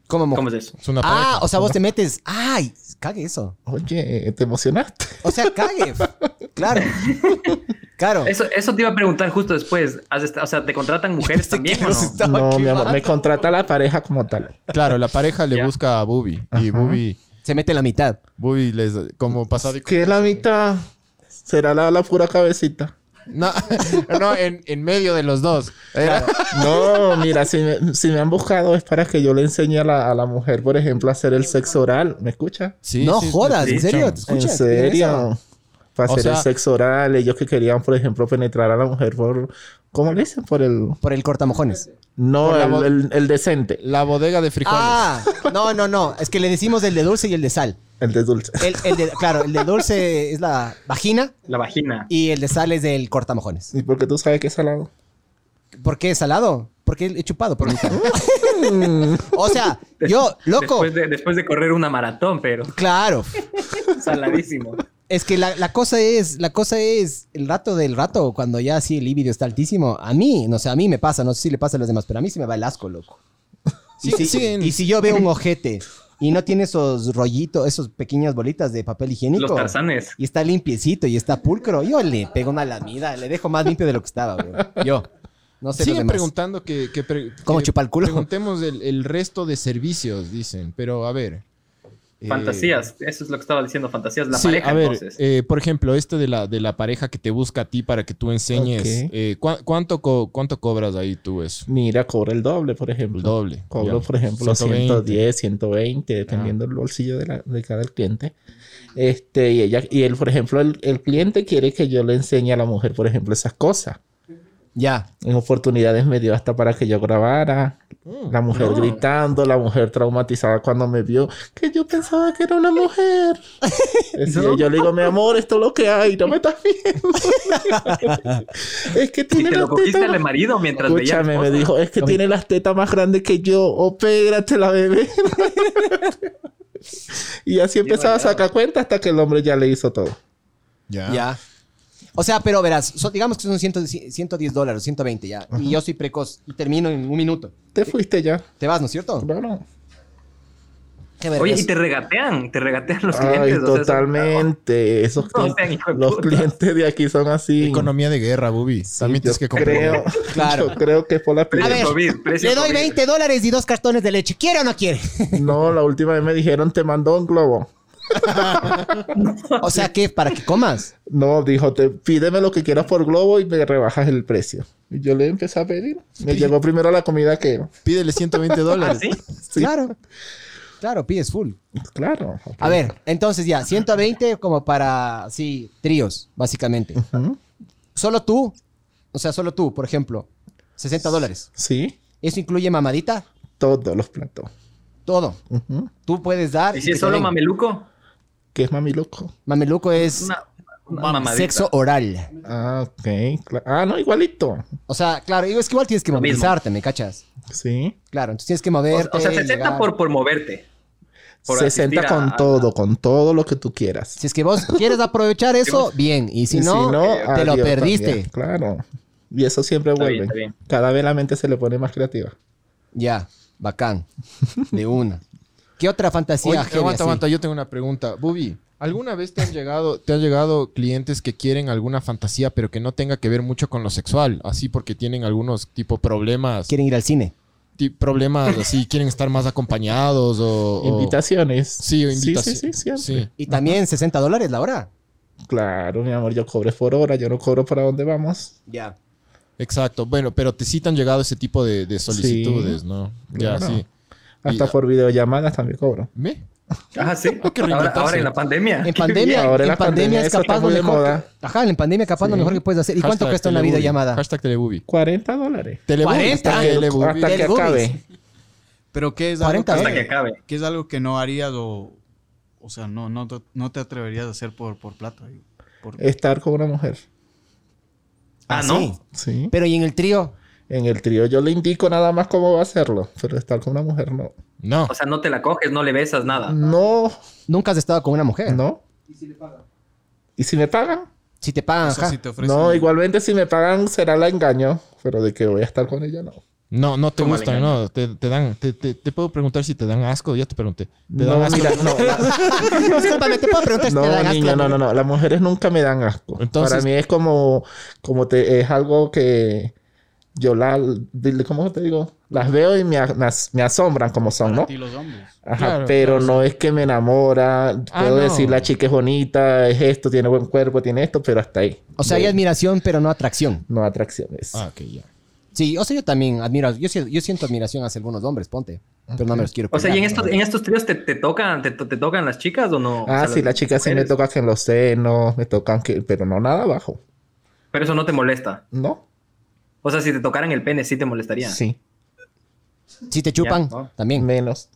¿Cómo, mo- ¿Cómo es eso? Es una Ah, pareja. o sea, vos te metes. ¡Ay! Cague eso. Oye, te emocionaste. O sea, cague. Claro. Claro. eso? Eso te iba a preguntar justo después. ¿Has est- O sea, ¿te contratan mujeres Este también o no? Estaba no, mi amor, quemando. me contrata la pareja como tal. Claro, la pareja le Ya. busca a Bubi. Y Bubi, Se mete la mitad. Bubi les... Como pasado... y- Que la mitad será la, la pura cabecita. No, no, en, en medio de los dos. Era- No, mira, si me, si me han buscado es para que yo le enseñe a la, a la mujer, por ejemplo, a hacer el sexo oral. ¿Me escucha? Sí, no sí, te- jodas, te ¿en serio? ¿Te escuchan. escuchas? ¿En ¿Te digan eso? serio? Para O hacer el sea- sexo oral, ellos que querían, por ejemplo, penetrar a la mujer por... ¿Cómo le dicen? Por el... Por el cortamojones. No, Por la el- voz. el- el decente. La bodega de frijoles. Ah, no, no, no. Es que le decimos el de dulce y el de sal. El de dulce. El, el de, claro, el de dulce es la vagina La vagina. y el de sal es el cortamojones. ¿Y por qué tú sabes que es salado? ¿Por qué salado? Porque he chupado por mi cara. O sea, yo, loco. Después de, después de correr una maratón, pero Claro. saladísimo. Es que la, la cosa es, la cosa es el rato del rato, cuando ya así el líbido está altísimo. A mí, no sé, a mí me pasa, no sé si le pasa a los demás, pero a mí sí me va el asco, loco. Sí, Y si, siguen- y si yo veo un ojete y no tiene esos rollitos, esos pequeñas bolitas de papel higiénico. Los tarzanes. y está limpiecito y está pulcro, yo le pego una lamida, le dejo más limpio de lo que estaba, bro. Yo. No sé Siguen lo demás. preguntando que, que pre- ¿Cómo que chupa el culo? Preguntemos el, el resto de servicios, dicen. Pero a ver. eh, Fantasías. Eso es lo que estaba diciendo, fantasías. La sí, pareja, a ver, entonces. eh, por ejemplo, este de la, de la pareja que te busca a ti para que tú enseñes. Ok. eh, ¿cu- cuánto, co- ¿Cuánto cobras ahí tú eso? Mira, cobra el doble, por ejemplo. El doble. Cobro, ya. Ah. por ejemplo, 120. 110, 120, dependiendo del bolsillo de, la- de cada cliente. Este, y ella, y él, por ejemplo, el, el cliente quiere que yo le enseñe a la mujer, por ejemplo, esas cosas. Ya. En oportunidades me dio hasta para que yo grabara. Mm, La mujer gritando, la mujer traumatizada cuando me vio, que yo pensaba que era una mujer. Decía, Yo le digo, mi amor, esto es lo que hay, no me estás viendo. es que Y tiene te la lo cogiste teta al marido mientras veía. Escúchame, me dijo, es que tiene las tetas más grandes que yo. Opérate la bebé. y así empezaba a sacar cuenta hasta que el hombre ya le hizo todo. Ya. Ya. O sea, pero verás, so- digamos que son 100 110 dólares, 120 ya. Y yo soy precoz y termino en un minuto. Te fuiste ya. Te vas, ¿no es cierto? Claro. Qué Oye, vergas. y te regatean, te regatean los Ay, clientes. o sea, totalmente. Esos No clientes- sean hijo de los puta. clientes de aquí son así. Economía de guerra, Bubi. También yo tienes que comprar. creo, Claro. yo creo que por la precio A ver, COVID, precio Le doy COVID. 20 dólares y dos cartones de leche. ¿Quiere o no quiere? No, la última vez me dijeron te mandó un globo. O sea, que para que comas. No, dijo, te pídeme lo que quieras por globo y me rebajas el precio. Y yo le empecé a pedir. Me llegó primero la comida que Pídele 120 ¿Ah, dólares. sí? Sí. Claro. Claro, pides full. Claro. A ver, entonces ya, 120 como para, sí, tríos, básicamente. Ujú. Solo tú, o sea, solo tú, por ejemplo, 60 dólares. Sí, ¿Eso incluye mamadita? todos los platos. Todo. Ujú. Tú puedes dar. ¿Y y si que es te solo den. mameluco? ¿Qué es mami loco? Mameluco es Una, una mamadita. sexo oral. Ah, ok. cla- Ah, no, igualito. O sea, claro, digo, es que igual tienes que Lo mismo. movilizarte, ¿me cachas? Sí. Claro, entonces tienes que O, moverte. o sea, 60 llegar. por, por moverte. Por asistir 60 a- con a- todo, con todo lo que tú quieras. Si es que vos quieres aprovechar eso, bien. Y si Y no, eh, te lo adiós perdiste. también, Claro. Y eso siempre Está vuelve. bien, está bien. Cada vez la mente se le pone más creativa. Ya, bacán. De una. ¿Qué otra Oye, fantasía? heavy aguanta, así? aguanta, yo tengo una pregunta. Bubi, ¿alguna vez te han llegado, te han llegado clientes que quieren alguna fantasía, pero que no tenga que ver mucho con lo sexual? Así porque tienen algunos tipo problemas, ¿Quieren ir al cine? ti- problemas así, quieren estar más acompañados o. Oh. o- Invitaciones. Sí, o invitación. Sí, sí, sí, siempre. Sí. Y también 60 dólares la hora. Claro, mi amor, yo cobro por hora, yo no cobro para dónde vamos. Ya. Exacto, bueno, pero te sí te han llegado ese tipo de, de solicitudes, ¿no? Ya, Claro. sí. Hasta Y- por videollamadas también cobro. ¿Me? Ah, sí. Hay que Ahora, reinventarse. ahora en la pandemia. En pandemia, Ahora en pandemia la pandemia es eso está capaz lo muy de mejor. moda. que- Ajá, en pandemia capaz lo Sí. mejor que puedes hacer. ¿Y cuánto Hashtag cuesta una Telebubi. videollamada? Hashtag Telebubi. 40 dólares. Telebubi. 40. hashtag Hasta que- Telebubi. Ah. hasta que Telegubbies. acabe. Pero ¿qué es, algo 40 Hasta eh. que, que acabe. qué es algo que no harías o... O sea, no, no, te- no te atreverías a hacer por, por plata. digo, por- Estar con una mujer. Ah, ¿no? Sí. Pero ¿y en el trío? En el trío yo le indico nada más cómo va a hacerlo, pero estar con una mujer no. No. O sea, no te la coges, no le besas, Ah. Mm, nada. No, Nunca has estado con una mujer. no. ¿Y si me pagan? Si te pagan, o sea, ajá. si te ofrecen... No, igualmente si me pagan será la engaño, pero de que voy a estar con ella no. No, no te Toma, gusta, le no. Te, te dan, te, te, te puedo preguntar si te dan asco, ya te pregunté. Te dan No, asco. mira, no, Discúlpame, te puedo preguntar si te no, dan asco? niña, no, no, no, las mujeres nunca me dan asco. Entonces- Para mí es como, como te, es algo que yo la, dile, ¿cómo te digo? Las veo y me, a- me as- me asombran como son, Para ¿no? ti los hombres. Ajá, Claro, pero claro, no es que me enamora, Ah, puedo no. decir la chica es bonita, es esto, tiene buen cuerpo, tiene esto, pero hasta ahí. O sea, hay De- admiración, pero no atracción. no atracciones. Ah, ok, ya. Sí, o sea, yo también admiro. Yo, sí- yo siento admiración hacia algunos hombres, ponte. Pero no me los quiero O sea, ¿y en pegar. estos, en estos tríos te, te tocan te, te tocan las chicas o no? O Ah, sea, sí, la chica sí me mujeres. toca que en los senos, me tocan que, pero no nada abajo, Pero eso no te molesta. ¿no? O sea, si te tocaran el pene, sí te molestaría. Sí, Si te chupan, Ya, ¿no? también. menos.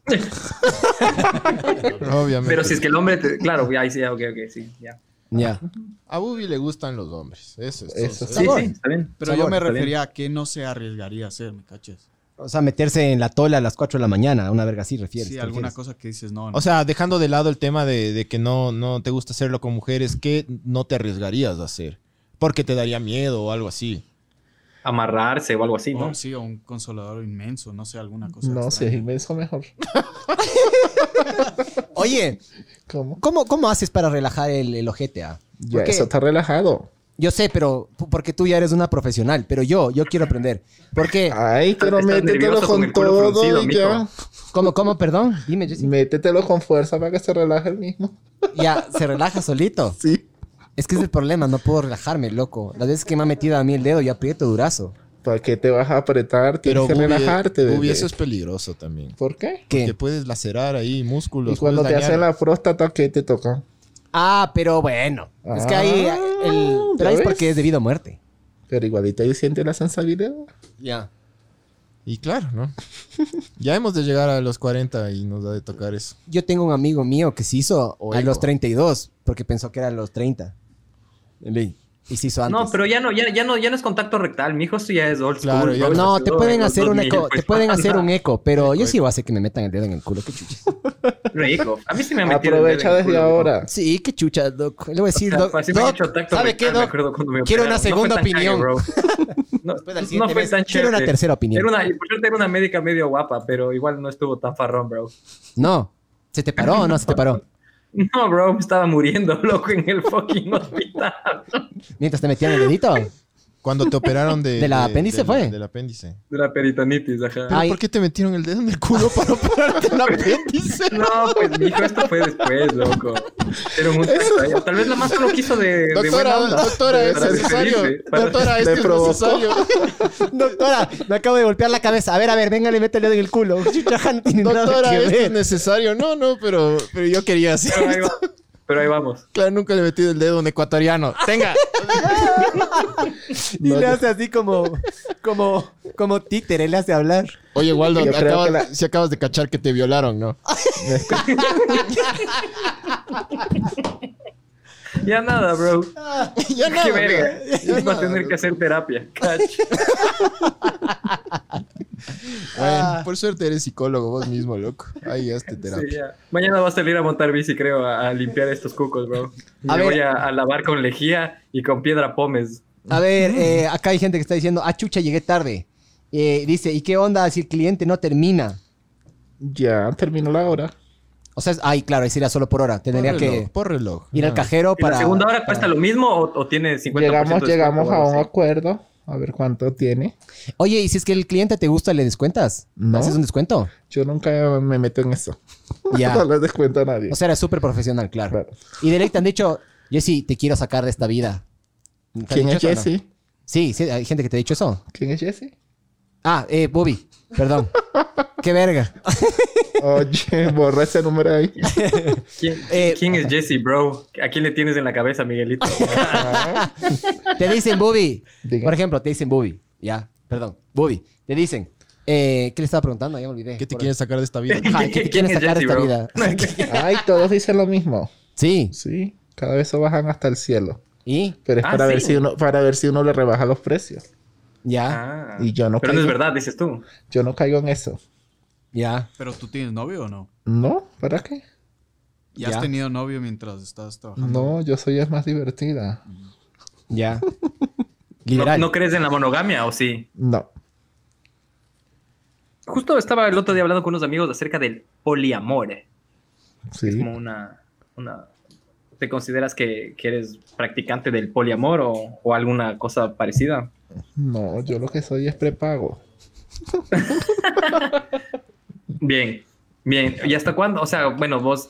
Obviamente. Pero si es que el hombre, te- claro, ya, ahí sí, ya, ok, ok, sí, ya. Ya. A Bubi le gustan los hombres. Eso es. Eso todo. Sí, Sabor. sí, está bien. Pero Sabor, yo me está bien. refería a que no se arriesgaría a hacer, ¿me cachas? O sea, meterse en la tola a las 4 de la mañana, una verga así, refieres. Sí, te alguna refieres. cosa que dices, no, no. O sea, dejando de lado el tema de, de que no, no te gusta hacerlo con mujeres, ¿qué no te arriesgarías a hacer? Porque te daría miedo o algo así. Amarrarse o algo así, O, Oh, ¿no? sí, o un consolador inmenso, no sé, alguna cosa No, si es extraña. inmenso mejor. Oye, ¿Cómo? ¿cómo, cómo haces para relajar el, el ojete? ah? Ya, Porque- eso está relajado. Yo sé, pero pu- porque tú ya eres una profesional, pero yo, yo quiero aprender. ¿Por qué? Ay, pero Estás métetelo nervioso con con el culo todo fruncido, y ya. ¿Cómo, cómo, perdón? Dime, Jessy. Métetelo con fuerza para que se relaje el mismo. Ya, se relaja solito. Sí. Es que es el problema, no puedo relajarme, loco. Las veces que me ha metido a mí el dedo, yo aprieto durazo. ¿Para qué te vas a apretar? Tienes Pero que Bubi, relajarte, Bubi, bebé. eso es peligroso también. ¿Por qué? Que ¿Qué? puedes lacerar ahí músculos. Y cuando te puedes hacen dañar. la próstata, ¿qué te toca? Ah, pero bueno. Es que ahí, Ah, el, ¿ya pero ahí es ves? porque es debido a muerte. Pero igualito ahí sientes la sensibilidad. Ya. Y claro, ¿no? ya hemos de llegar a los 40 y nos da de tocar eso. Yo tengo un amigo mío que se hizo a Oigo. los 32, porque pensó que era a los 30. Y se hizo antes. No, pero ya no, ya, ya no, ya no es contacto rectal. Mi hijo esto ya es old school. Claro, ya bro, no, No, nació te en pueden los hacer un 2000, eco, te pues, pueden hacer un anda, eco, pero yo sí voy a hacer que me metan el dedo en el culo, qué chuchas. Rico. A mí sí me ha metido el dedo en Aprovecha el culo, desde bro. ahora. Sí, qué chuchas, Doc. Le voy a decir, O sea, Doc, pues, sí me han Doc, hecho tacto ¿sabe rectal, qué, me Doc? acuerdo cuando me Quiero una operaron. segunda No fue tan opinión. chévere, bro. No, del no siguiente fue mes, tan chévere. quiero una tercera opinión. Era una, por cierto, era una médica medio guapa, pero igual no estuvo tan farrón, bro. No, ¿se te paró o no se te paró? No, bro, me estaba muriendo, loco, en el fucking hospital. Mientras te metían el dedito. Cuando te operaron de... ¿Del apéndice del- fue? Del apéndice. De la peritonitis, ajá. ¿Pero Ay. por qué te metieron el dedo en el culo para operarte el apéndice? No, pues mijo, esto fue después, loco. Pero un tacto, Tal vez la más solo quiso de. de buena Doctora, onda. doctora, es Para necesario. despedirse, para- Doctora, esto Le es provocó. necesario. Doctora, me acabo de golpear la cabeza. A ver, a ver, venga, le mete el dedo en el culo. Chucha, no tiene nada Doctora, que esto ver. es necesario. No, no, pero, pero yo quería hacer Pero ahí, esto. va- pero ahí vamos. Claro, nunca le he metido el dedo a un ecuatoriano. Tenga. Y le hace así como, como, como títere, le hace hablar. Oye, Waldo, Yo creo acabas- que la- si acabas de cachar que te violaron, ¿no? Ya nada, bro. ya Qué nada, verga. mira. Ya Va a nada. tener que hacer terapia. Cacho. Ah. Bueno, por suerte eres psicólogo vos mismo, loco. Ahí hazte Sí, terapia. ya. Mañana vas a salir a montar bici, creo, a, a limpiar estos cucos, bro. Me A ver. voy a, a lavar con lejía y con piedra pómez. A ver, eh, acá hay gente que está diciendo, ah, chucha, llegué tarde. Eh, dice, ¿y qué onda si el cliente no termina? Ya terminó la hora. O sea, es- ay, claro, es ir a solo por hora. Tendría por que reloj, por reloj. ir al Ah. cajero ¿Y para... ¿La segunda hora cuesta lo mismo o, o tiene 50%? Llegamos, de llegamos a descuento o un algo acuerdo. A ver cuánto tiene. Oye, y si es que el cliente te gusta, ¿le descuentas? No. ¿Haces un descuento? Yo nunca me meto en eso. Ya. no les descuento a nadie. O sea, eres súper profesional, claro. Claro. Y de ley te han dicho, Jesse, te quiero sacar de esta vida. ¿Te han ¿Quién es dicho eso o no? Jesse? Sí, sí, hay gente que te ha dicho eso. ¿Quién es Jesse? Ah, eh, Bobby, perdón. Qué verga. Oye, borra ese número ahí. así. ¿Quién, Eh, quién es Jesse, bro? ¿A quién le tienes en la cabeza, Miguelito? Te dicen Bobby. Diga. Por ejemplo, te dicen Bobby. Ya, perdón. Bobby. Te dicen. Eh, ¿Qué le estaba preguntando? Ya me olvidé. ¿Qué te Por- quieres sacar de esta vida? Ajá, ¿Qué te ¿Quién quieres es sacar de Jesse, esta bro? vida? Ay, todos dicen lo mismo. Sí. Sí, cada vez se bajan hasta el cielo. ¿Y? Pero es Ah, para, ver sí. si uno, para ver si uno le rebaja los precios. Ya. Ah, Y yo no Pero no es caigo. verdad, dices tú. Yo no caigo en eso. Ya. Pero tú tienes novio o no? ¿No? ¿Para qué? ¿Ya, has Ya. tenido novio mientras estás Mm. trabajando? No, yo soy es más divertida. Ya. ¿No, Liberal. no crees en la monogamia o sí? No. Justo estaba el otro día hablando con unos amigos acerca del poliamor. eh, que Es Sí. como una, una- ¿Te consideras que, que eres practicante del poliamor o, o alguna cosa parecida? No, yo lo que soy es prepago. Bien, bien. ¿Y hasta cuándo? O sea, bueno, vos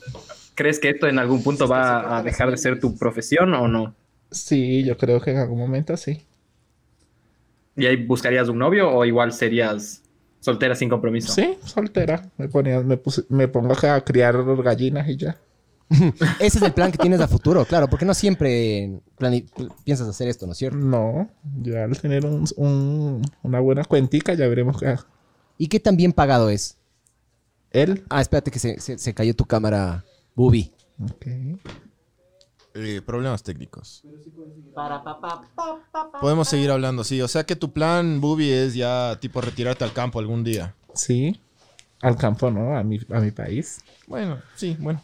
crees que esto en algún punto va a dejar de ser tu profesión o no? Sí, yo creo que en algún momento sí. ¿Y ahí buscarías un novio o igual serías soltera sin compromiso? Sí, soltera. Me, ponía, me, puse- me pongo acá a criar gallinas y ya. Ese es el plan que tienes a futuro, claro. Porque no siempre plani- piensas hacer esto, ¿no es cierto? No, ya al tener un, un- una buena cuentica ya veremos que ¿Y qué tan bien pagado es? él. Ah, espérate que se, se- se cayó tu cámara, Bubi. Ok. Eh, problemas técnicos. Podemos seguir hablando, sí. O sea que tu plan, Bubi, es ya tipo retirarte al campo algún día. Sí. Al campo, ¿no? A mi, a mi país. Bueno, sí, bueno.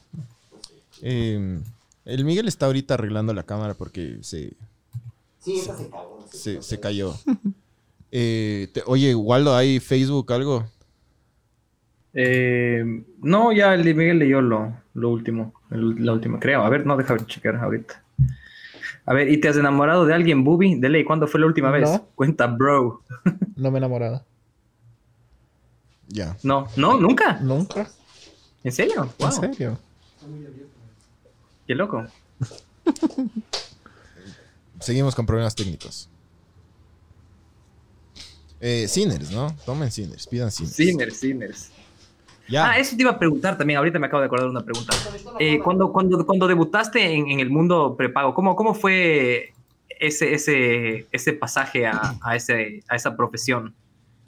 Eh, el Miguel está ahorita arreglando la cámara porque se. se, se cayó. Eh, te- oye, Waldo, ¿hay Facebook algo? Eh, no, ya el de Miguel leyó lo, lo último, el- la última, creo. A ver, no, deja ver, checar ahorita. A ver, ¿y te has enamorado de alguien, Bubi? De ley, ¿cuándo fue la última vez? No. Cuenta, bro. No me he enamorado. Ya. No, no, nunca. Nunca. ¿En serio? Wow, ¿En serio? qué loco. Seguimos con problemas técnicos. Eh, Sinners, ¿no? Tomen Sinners, pidan Sinners. Sinners, sinners. Ya. Ah, eso te iba a preguntar también. Ahorita me acabo de acordar de una pregunta. Eh, cuando, cuando, cuando debutaste en, en el mundo prepago, ¿cómo, cómo fue ese, ese, ese pasaje a, a ese, a esa profesión?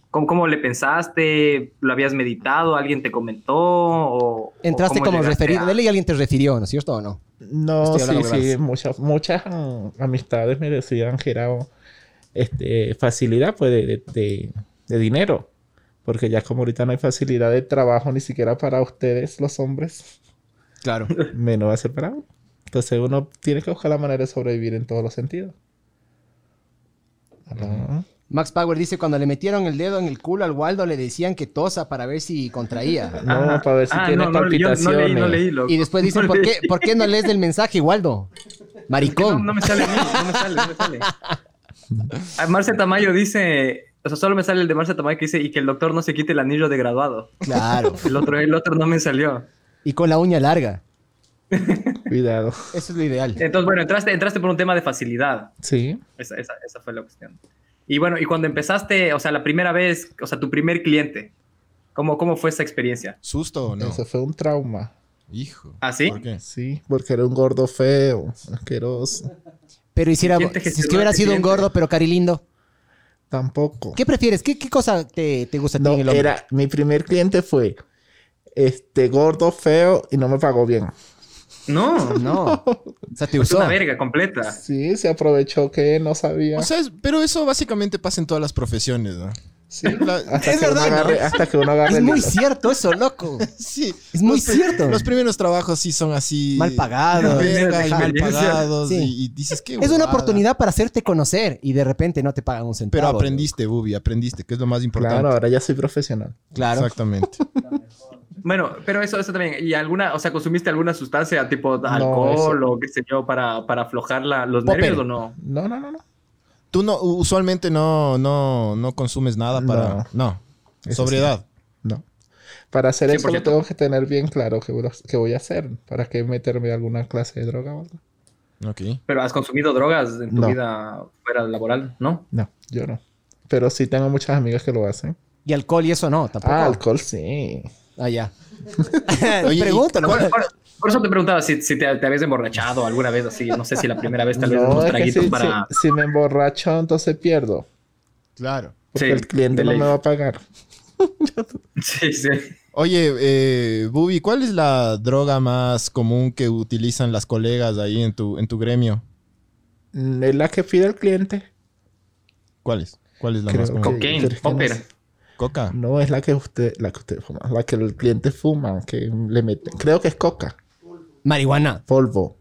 ¿Cómo, ¿Cómo le pensaste? ¿Lo habías meditado? ¿Alguien te comentó? O, o Entraste cómo como llegaste Ah. referido. a- De ley alguien te refirió, ¿no es cierto o no? No, Estoy sí, hablando sí, gracias. muchas, muchas mm, amistades me decían que era este, facilidad pues, de, de- de- de dinero. Porque ya como ahorita no hay facilidad de trabajo ni siquiera para ustedes, los hombres, Claro. menos va a ser para uno. Entonces uno tiene que buscar la manera de sobrevivir en todos los sentidos. Ah, Ajá. Max Power dice, cuando le metieron el dedo en el culo al Waldo, le decían que tosa para ver si contraía. No, para ver si Ah, tiene no, no, yo palpitaciones. no leí, no leí, loco. Y después dicen, No ¿por leí. qué, ¿por qué no lees del mensaje, Waldo? Que No, Maricón. no me sale, a mí, no me sale, no me sale. Ah, Marce Tamayo dice, o sea, solo me sale el de Marce Tamayo que dice, y que el doctor no se quite el anillo de graduado. Claro. El otro, el otro no me salió. Y con la uña larga. Cuidado. Eso es lo ideal. Entonces, bueno, entraste, entraste por un tema de facilidad. Sí. Esa, esa, esa fue la cuestión. Y bueno, y cuando empezaste, o sea, la primera vez, o sea, tu primer cliente, ¿cómo, cómo fue esa experiencia? ¿Susto o no? Eso fue un trauma. Hijo. ¿Ah, sí? ¿Por qué? Sí, porque era un gordo feo, asqueroso. Pero hiciera, si Siente que es se que hubiera duele, sido un siente. gordo, pero cari lindo. Tampoco. ¿Qué prefieres? ¿Qué, qué cosa te, te gusta a ti No, en el hombre? era, mi primer cliente fue este gordo feo y no me pagó bien. No, No. O sea, te es usó. una verga completa. Sí, se aprovechó que no sabía. O sea, es- pero eso básicamente pasa en todas las profesiones, ¿no? Sí, la- hasta, es que uno verdad, ¿no? agarre, hasta que uno agarre Es el muy hilo. cierto eso, loco. Sí. Es muy Los pri- cierto. Los primeros trabajos sí son así. Mal pagado. verga y Deja mal de violencia. pagados. Sí. Y, y dices que. Es una oportunidad para hacerte conocer y de repente no te pagan un centavo. Pero loco. aprendiste, Bubi, aprendiste, que es lo más importante. Claro, ahora ya soy profesional. Claro. Exactamente. Bueno, pero eso, eso también. ¿Y alguna, o sea, consumiste alguna sustancia tipo alcohol o qué sé yo para, para aflojar la- los Popper. nervios o no? No, no, no, no. Tú no, u- usualmente no, no, no consumes nada para. No. Eso Sobriedad. no. Para hacer eso 100%. tengo que tener bien claro qué voy, a- qué voy a hacer. ¿Para qué meterme alguna clase de droga o algo? Ok. ¿Pero has consumido drogas en tu No. vida fuera laboral? ¿No? No, yo no. Pero sí tengo muchas amigas que lo hacen. Y alcohol y eso no, tampoco. Ah, Ah, alcohol sí. ya. Oye, Pregúntalo. Por, por- por eso te preguntaba si, si te, te habías emborrachado alguna vez así. No sé si la primera vez tal vez No, unos es que traguitos si, para... si- si me emborracho, entonces pierdo. Claro. Porque Sí, el cliente de no ley. me va a pagar. Sí, sí. Oye, eh, Bubi, ¿cuál es la droga más común que utilizan las colegas ahí en tu, en tu gremio? Mm, Es la que pide el cliente. ¿Cuál es? ¿Cuál es la Creo más común? que- Cocaine, pero es que no popper. sé. Coca. No es la que usted, la que usted fuma, la que el cliente fuma, que le mete. Creo que es coca, Marihuana, polvo.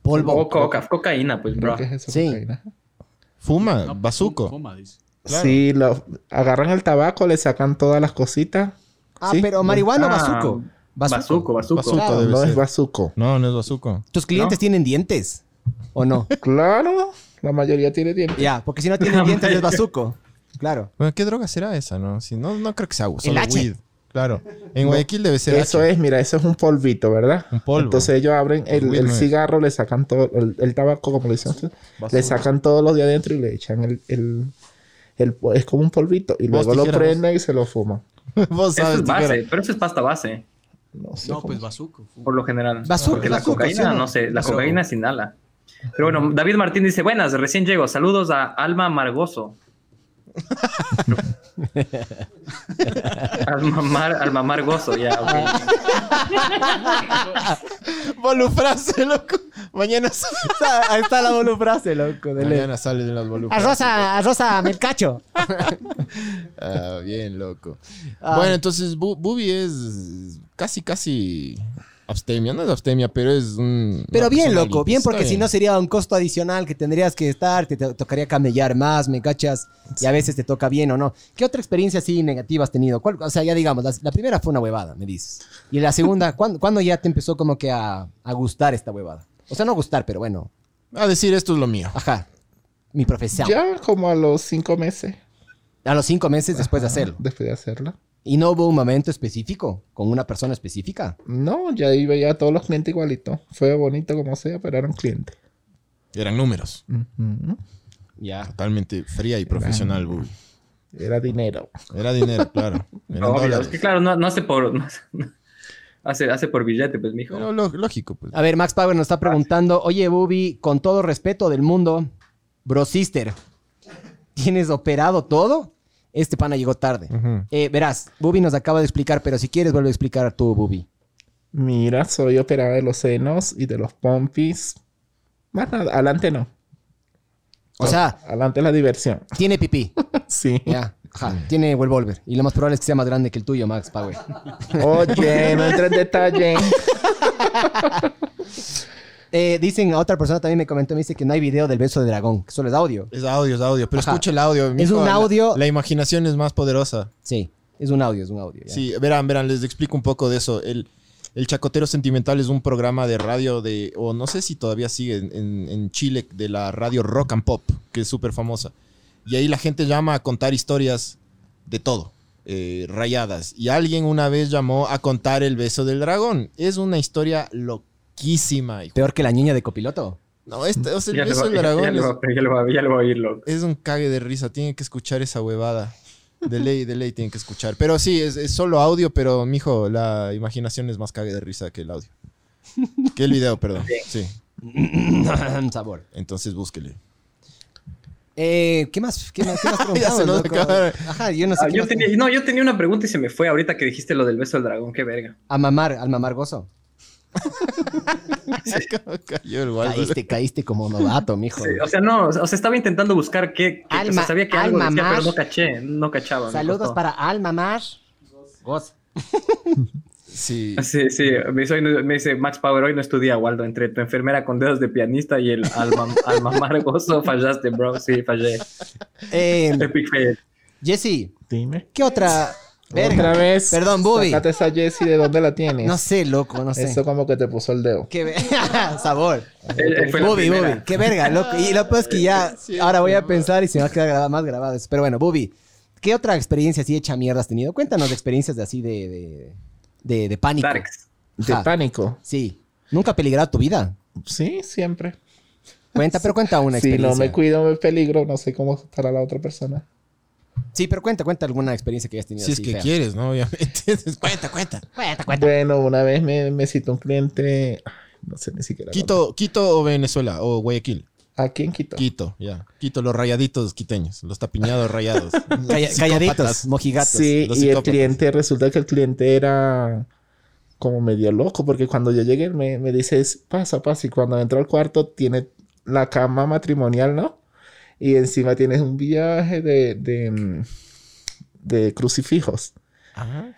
polvo. O coca, cocaína, pues, Creo bro. que es eso, Sí. cocaína. Fuma, No, bazuco. Fuma, dice. Claro. Sí, lo- agarran el tabaco, le sacan todas las cositas. Ah, Sí. pero marihuana o bazuco. Ah, Bazuco. Bazuco, bazuco. Bazuco Claro, debe No es ser. bazuco. No, no es bazuco. ¿Tus clientes ¿No? tienen dientes? ¿O no? Claro, la mayoría tiene dientes. Ya, porque si no tienen dientes es bazuco. Claro. Bueno, ¿qué droga será esa, no? Si no, no creo que sea solo El H. weed. Claro. En Guayaquil debe ser Eso H. es, mira, eso es un polvito, ¿verdad? Un polvo. Entonces ellos abren el, Uy, el no es. cigarro, le sacan todo, el, el tabaco, como le dicen ustedes, le sacan todos los de adentro y le echan el, el, el- es como un polvito. Y Vos luego lo tijera, vos. prenden y se lo fuman. Vos Eso sabes, es base, tijera. pero eso es pasta base, No sé. No, cómo- pues bazuco. fuma. por lo general. Bazuco, Porque la bazuco, cocaína, ¿sí o no? no sé, la Bazuco. cocaína se inhala. Pero bueno, David Martín dice, buenas, recién llego. Saludos a Alma Margoso. Alma, Mar, Alma Margoso, ya, ok. Volufrase, loco. Mañana, sa- Ahí está la volufrase, loco. Mañana sale de las volufras. Arrosa, arrosa, melcacho. Ah, bien, loco. Ah. Bueno, entonces Bu- Bubi es casi, casi abstemia. No es abstemia, pero es un. Pero pues, una bien, persona loco, bien, está porque si no sería un costo adicional que tendrías que estar, te, te tocaría camellar más, me cachas, y a veces te toca bien o no. ¿Qué otra experiencia así negativa has tenido? ¿Cuál- o sea, ya digamos, la, la primera fue una huevada, me dices. Y la segunda, ¿cuándo, cuándo ya te empezó como que a, a gustar esta huevada? O sea, no gustar, pero bueno, A decir, esto es lo mío. ajá, mi profesión. Ya como a los cinco meses A los cinco meses después de hacerlo. después de hacerla. Y no hubo un momento específico con una persona específica. No, ya ahí veía a todos los clientes igualito. Fue bonito como sea, pero eran clientes. Eran números. Ujú. Ya. Totalmente fría y profesional, Bubi. Era dinero. Era dinero, claro. Eran Obvio, dólares. es que claro, no, no hace por... no hace- hace, hace por billete, pues, mijo. Pero lo- lógico, pues. A ver, Max Power nos está preguntando, oye, Bubi, con todo respeto del mundo, bro sister, ¿tienes operado todo? Este pana llegó tarde. Ujú. Eh, verás, Bubi nos acaba de explicar, pero si quieres vuelve a explicar tú, Bubi. Mira, soy operada de los senos y de los pompis. Más nada, adelante no. O sea, Adelante la diversión. tiene pipí. Sí. Ya. Ajá, tiene revolver. Y lo más probable es que sea más grande que el tuyo, Max Power. Oye, no entres en detalle. Eh, dicen, otra persona también me comentó, me dice que no hay video del beso de dragón, que solo es audio. Es audio, es audio. Pero Ajá. escucha el audio. mijo, un la- audio. La, imaginación es más poderosa. Sí, es un audio, es un audio. ya. Sí, verán, verán, les explico un poco de eso. El, el Chacotero Sentimental es un programa de radio de, o no sé si todavía sigue en, en- en Chile, de la radio Rock and Pop, que es súper famosa. Y ahí la gente llama a contar historias de todo, eh, rayadas. Y alguien una vez llamó a contar el beso del dragón. Es una historia loquísima. hijo. Peor que la niña de copiloto. No, este, o sea, el Ya le beso va- del ya- ya dragón le es- va- ya le va- ya le va a oír, loco. es un cague de risa. Tienen que escuchar esa huevada. De ley, de ley tienen que escuchar. Pero sí, es, es solo audio, pero mijo, la imaginación es más cague de risa que el audio. Que el video, perdón. Sí. Sabor. Entonces búsquele. Eh, ¿Qué más? ¿Qué más? ¿Qué más preguntamos, se nos loco? acaba. Ajá, yo no sé. Ah, qué yo más- tenía, no, yo tenía una pregunta y se me fue ahorita que dijiste lo del beso del dragón, qué verga. A mamar, al mamar gozo. Cayó el Waldo. Caíste, caíste como novato, mijo. Sí, o sea, no, o sea, estaba intentando buscar qué, qué- o sea, Alma- sabía que algo alma decía, más. pero no caché, no cachaba. me Saludos costó. para al mamar gozo. Sí. Sí, sí, me dice, hoy no- me dice Max Power, hoy no estudia, Waldo, entre tu enfermera con dedos de pianista y el alma, alma margoso, fallaste, bro, sí, fallé. Eh, Epic fail. Jesse, Dime. ¿qué otra? Verga. Otra vez. Perdón, Bubi. Sácate esa Jessie, ¿de dónde la tienes? No sé, loco, no sé. Eso como que te puso el dedo. Qué ver- sabor. Eh, eh, fue la Bubi, primera. Bubi. Qué verga, loco. Y lo peor es que ya ahora voy a pensar y se me va a quedar grabado- más grabado. eso. Pero bueno, Bubi, ¿qué otra experiencia así hecha mierda has tenido? Cuéntanos de experiencias de así de, de, de, de pánico. Darks. De Ajá. pánico. Sí. Nunca ha peligrado tu vida. Sí, siempre. Cuenta, pero cuenta una Si experiencia. no me cuido, me peligro. No sé cómo estará la otra persona. Sí, pero cuenta, cuenta alguna experiencia que hayas tenido. Si es así que fea. quieres, ¿no? Obviamente. cuenta, cuenta. Cuenta, cuenta. Bueno, una vez me, me citó un cliente. ay, No sé ni siquiera. Quito, Quito o Venezuela o Guayaquil. ¿A quién quitó? Quito, ya. Quito, los rayaditos quiteños. Los tapiñados rayados. Calla- Psicópatas. calladitos, mojigatos. Sí, los y el psicópatas. cliente, resulta que el cliente era como medio loco, porque cuando yo llegué me, me dice, "Es- pasa, pasa, y cuando entro al cuarto tiene la cama matrimonial, ¿no? Y encima tienes un viaje de, de, mm, de crucifijos,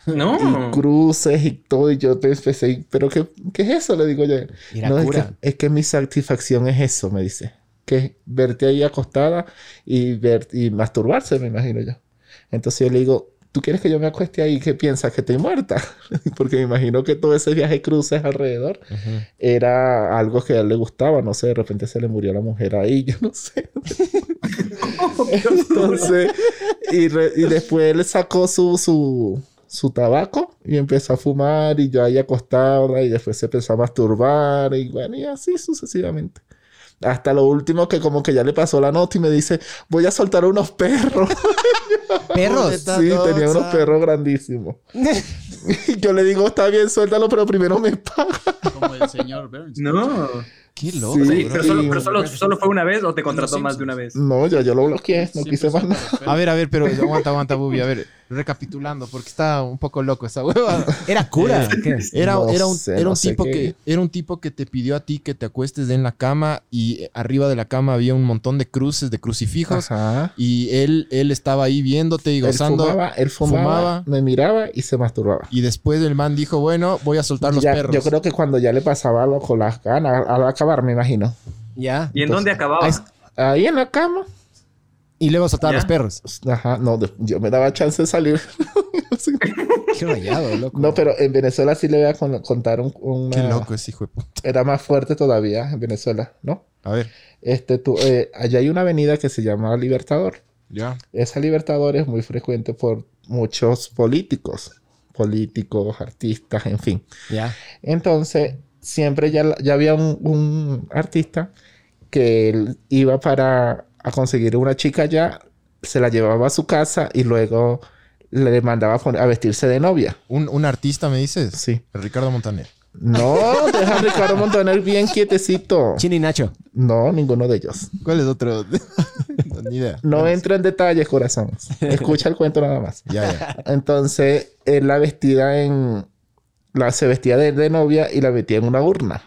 No. cruces y todo, y yo te empecé, pero qué, ¿qué es eso? Le digo yo. Y la No, es que, cura. es que mi satisfacción es eso, me dice, que es verte ahí acostada y, ver, y masturbarse, me imagino yo. Entonces yo le digo, ¿tú quieres que yo me acueste ahí? ¿Qué piensas? ¿Que estoy muerta? Porque me imagino que todo ese viaje cruces alrededor era algo que a él le gustaba. No sé, de repente se le murió la mujer ahí, yo no sé. Entonces, y, re- y después él sacó su, su, su tabaco y empezó a fumar y yo ahí acostada y después se empezó a masturbar y bueno, y así sucesivamente. Hasta lo último que como que ya le pasó la nota y me dice, voy a soltar unos perros. Perros. Sí, tenía unos perros grandísimos. Y yo le digo, está bien, suéltalo, pero primero me paga. Como el señor Burns. No. Qué Sí, loco. sí. Mm, Pero, solo, pero solo, solo fue una vez o te contrató más de una vez. No, ya yo lo bloqueé, no quise más pues. nada. A ver, a ver, pero aguanta, aguanta, Bubi. A ver, recapitulando, porque está un poco loco esa hueva. Era cura. Eh, ¿Qué? Era, No era un, sé, era no un sé tipo qué. que, era un tipo que te pidió a ti que te acuestes en la cama y eh, arriba de la cama había un montón de cruces, de crucifijos. Ajá. Y él, él estaba ahí viéndote y Él gozando. fumaba, él fumaba, fumaba. me miraba y se masturbaba. Y después el man dijo, bueno, voy a soltar los Ya- perros. Yo creo que cuando ya le pasaba lo, con las ganas, al acabar, me imagino. Ya. ¿Y en dónde Ah, acababa? Ahí en la cama. Y luego soltar ¿Ya? los perros. Ajá, no, de- yo me daba chance de salir. Qué rayado, loco. no, pero en Venezuela sí le voy a con- contar un. una- Qué loco ese hijo de puta. Era más fuerte todavía en Venezuela, ¿no? A ver, Este, tú, eh, allá hay una avenida que se llama Libertador. ya. Esa Libertador es muy frecuente por muchos políticos, políticos, artistas, en fin. Ya. Entonces, siempre ya, la- ya había un, un artista que él iba para a conseguir una chica allá, se la llevaba a su casa y luego le mandaba a, poner- a vestirse de novia. Un, un artista, me dices. Sí. Ricardo Montaner. No, deja a Ricardo Montaner bien quietecito. Chino y Nacho. No, ninguno de ellos. ¿Cuál es otro? No, Ni idea. No entro en detalles, corazón. Escucha el cuento nada más. Ya, ya. Entonces, él la vestida en, la, se vestía de, de novia y la metía en una urna.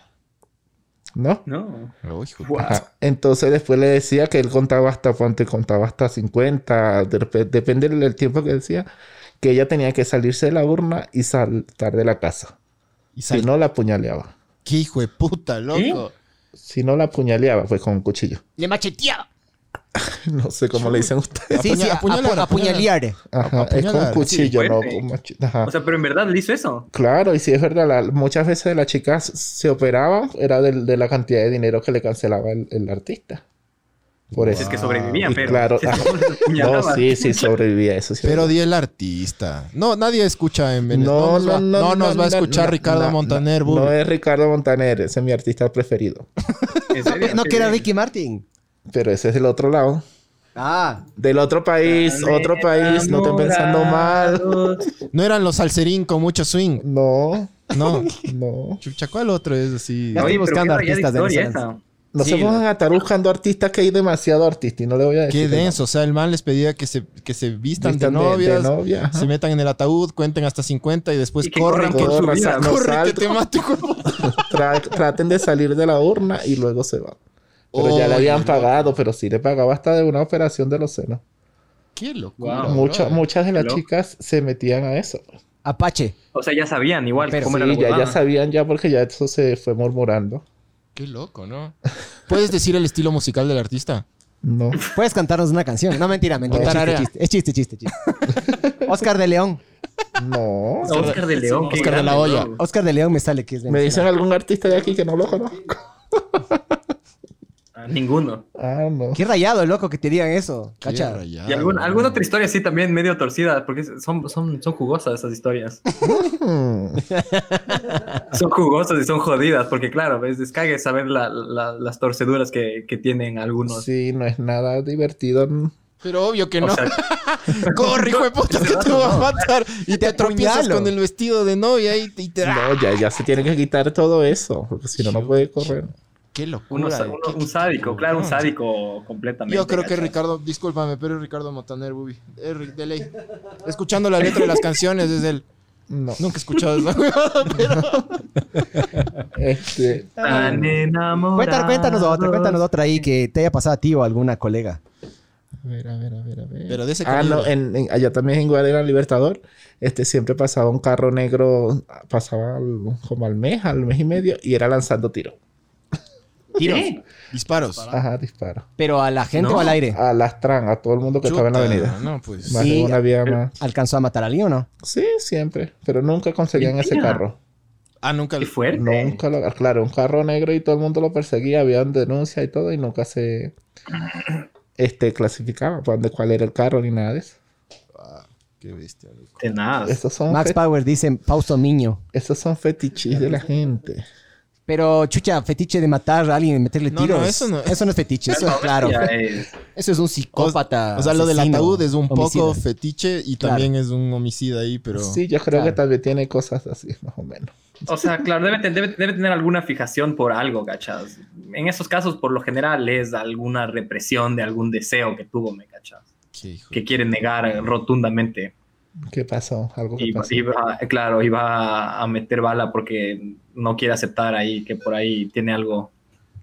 ¿No? No. Oh, hijo de- Ajá. Entonces después le decía que él contaba hasta cuánto, contaba hasta 50, de repe- depende del tiempo que decía, que ella tenía que salirse de la urna y saltar de la casa. Y Si sal- no, la apuñaleaba. ¡Qué hijo de puta, loco! Si no, la apuñaleaba, pues con un cuchillo. Le macheteaba. No sé cómo le dicen ustedes. Sí, sí, Apuña- apuñalar, apu- apuñalear. Ajá, es con un Apuñalar. cuchillo, Sí, no fuerte. con machi- Ajá. O sea, pero en verdad le hizo eso. Claro, y si es verdad, la- muchas veces las chicas se operaban, era del- de, la cantidad de dinero que le cancelaba el, el artista. Por eso. Si es que sobrevivía, Y pero. claro, ah, si es que no, apuñalaba. sí, sí, sobrevivía eso. sí. Pero di el artista. No, nadie escucha en Venezuela. No, no, nos no, va- no no, nos no, va a no, escuchar no, Ricardo no, Montaner, No, Bull. no es Ricardo Montaner, ese es mi artista preferido. ¿En serio? No, Qué que era bien. Ricky Martin. Pero ese es del otro lado. Ah, Del otro país, otro país, no estén pensando mal. Enamorados. No eran los salserín con mucho swing. No, No. no. Chucha, ¿cuál otro es así? Ya estoy Oye, pero buscando qué rayada artistas de historia venezolanos. esa. Nos Sí, vamos a estar buscando artistas que hay demasiado artistas y no le voy a decir. Qué que no. denso. O sea, el man les pedía que se, que se vistan, Vistan de de- de novias, novia, ajá. se metan en el ataúd, cuenten hasta 50 y Pues después Y que corren. corran por corran, su vida. sal- no, corre, que salto. te mato, hijo de puta. Tra- traten de salir de la urna y luego se van. Pero ya Oye, le habían loco. pagado, pero sí le pagaba hasta de una operación de los senos. Qué loco. Wow. Ah, Mucha- muchas de las Loco. chicas se metían a eso. Apache. O sea, ya sabían igual Pero cómo era Sí, la ya, ya huevada. sabían ya porque ya eso se fue murmurando. Qué loco, ¿no? ¿Puedes decir el estilo musical del artista? No. Puedes cantarnos una canción. No, mentira, mentira. O es tararea. chiste, chiste, chiste, chiste, chiste. Oscar de León. No. Oscar de León. qué Oscar de la grande, Hoya. bro. Oscar de León me sale que es Me dicen venezolano. algún artista de aquí que no lo conozco. Ah, Ninguno. Ah, no. Qué rayado, loco, que te digan eso. Qué Cacha. rayado, Y alguna, ¿no? alguna otra historia así también medio torcida, porque son, son, son jugosas esas historias. Hmm. Son jugosas y son jodidas, porque claro, ves, es cague saber la- la- las torceduras que, que tienen algunos. Sí, no es nada divertido. Pero obvio que O no. sea, Corre, hijo de puta, que te va a matar. Y te tropiezas apuñalo. con el vestido de novia y, y te da. No, ya, ya se tiene que quitar todo eso, porque si no, no puede correr. Qué uno, locura. uno- qué- un sádico, claro, un no. sádico completamente. Yo creo que ¿cachai? Ricardo, discúlpame, pero es Ricardo Montaner, Bubi. Es Rick de ley. Escuchando la letra de las canciones desde él. No. Nunca he escuchado esa huevada, pero. Este, Tan enamorado. Cuenta- cuéntanos otra, cuéntanos otra ahí que te haya pasado a ti o a alguna colega. a ver, a ver, a ver, a ver. Pero de ese Ah, no, calibre. en, en- allá también en Guardia Libertador, este siempre pasaba un carro negro, pasaba al- como al mes, al mes y medio, y era lanzando tiros. Tiros. Disparos. Ajá, disparo. Pero a la gente No. o al aire. A las tran, a todo el mundo que estaba en la Chuta, avenida. No, pues. Más Sí, de una vía más. ¿Alcanzó a matar a alguien o no? Sí, siempre. Pero nunca conseguían ese Mentira. carro. Ah, nunca. Qué fuerte. Nunca lo. Claro, un carro negro y todo el mundo lo perseguía, habían denuncias y todo, y nunca se este, clasificaba cuál- de cuál era el carro ni nada de eso. Qué bestia, loco. Tenaz. Esos son, Max fe- Power dice Pausto Miño. esos son fetiches de la gente. Pero, chucha, fetiche de matar a alguien y meterle No, tiros. no, eso no. es fetiche. Eso, No, claro. ya eh. es- Eso es un psicópata. O sea, lo del asesino, ataúd es un poco homicida. fetiche y Claro. también es un homicida ahí, pero. Sí, yo creo Claro. que también tiene cosas así, más o menos. O sea, claro, debe, ten- debe- debe tener alguna fijación por algo, cachas. En esos casos, por lo general, es alguna represión de algún deseo que tuvo, me cachas. Qué hijo. Que quiere negar rotundamente. ¿Qué pasó? Algo que Y, pasó. y va- claro, y va a meter bala porque no quiere aceptar ahí que por ahí tiene algo,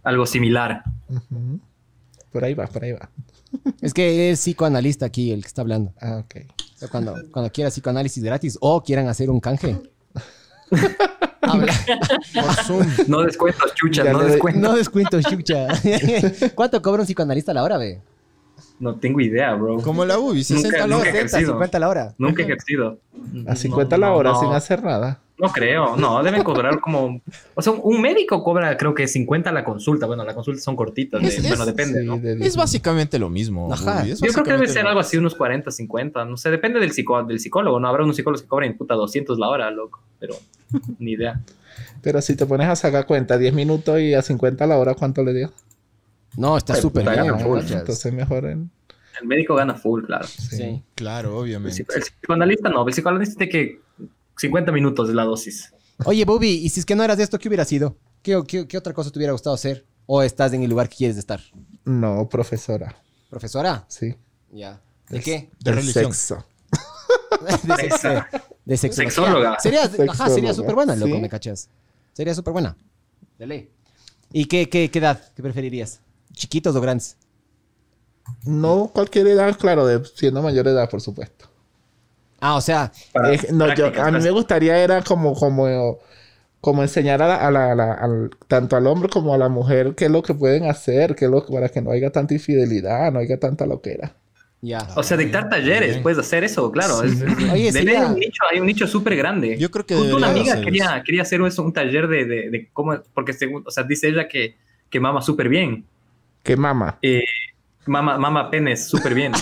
algo similar. Ujú. Por ahí va, por ahí va. Es que es psicoanalista aquí el que está hablando. Ah, ok. O sea, cuando, cuando quiera psicoanálisis gratis o quieran hacer un canje. Por Zoom. No descuentos, chucha, Ya no le- descuentos. No descuento, chucha. ¿Cuánto cobra un psicoanalista a la hora, ve? No tengo idea, bro. Como la Bubi, 60 Nunca, lo nunca he 60, ejercido. 50 a la hora. Nunca he ejercido. A 50 No, la hora no, sin no. hacer nada. No creo, no, deben cobrar como... O sea, un médico cobra creo que 50 la consulta. Bueno, las consultas son cortitas, de- Es- es- bueno, depende, Sí, ¿no? de diez Es básicamente lo mismo. Ajá. Bubi, es Yo creo que debe básicamente ser lo- algo así, unos 40, 50, no sé, depende del, psico del psicólogo, ¿no? Habrá unos psicólogos que cobren puta 200 la hora, loco, pero ni idea. mil. Pero si te pones a sacar cuenta 10 minutos y a 50 la hora, ¿cuánto le dio? Ah, No, está súper puta, bien. gana full, muchachas. Entonces mejor en... El médico gana full, claro. Sí. Claro, El, obviamente. psico- el psicoanalista no, el psicoanalista tiene que 50 minutos de la dosis. Oye, Bobby, ¿y si es que no eras de esto, qué hubiera sido? ¿Qué, qué, qué otra cosa te hubiera gustado hacer? ¿O estás en el lugar que quieres estar? No, profesora. ¿Profesora? Sí. Ya. ¿De qué? De El religión. sexo. De, sex- de sexología. Sexóloga. Sería, ajá, sería Sexóloga, súper buena, loco, sí. me cachas. Sería súper buena. De ley. ¿Y qué, qué, qué edad? ¿Qué preferirías? ¿Chiquitos o grandes? No cualquier edad, claro, de, siendo mayor edad, por supuesto. Ah, o sea, Para Eh, no, yo- prácticas, a mí me gustaría era como, como, como enseñar a la- a la- a la- al- tanto al hombre como a la mujer qué es lo que pueden hacer, qué es lo que- para que no haya tanta infidelidad, no haya tanta loquera. ya. O sea, dictar talleres, puedes hacer eso, claro. Es- Oye, debe sería- haber un nicho, hay un nicho súper grande. Yo creo que Justo una debería amiga hacer quería, quería hacer eso, un taller de, de- de cómo, porque según, o sea, dice ella que, que mama súper bien, Que mama. eh, mama, mama penes súper bien.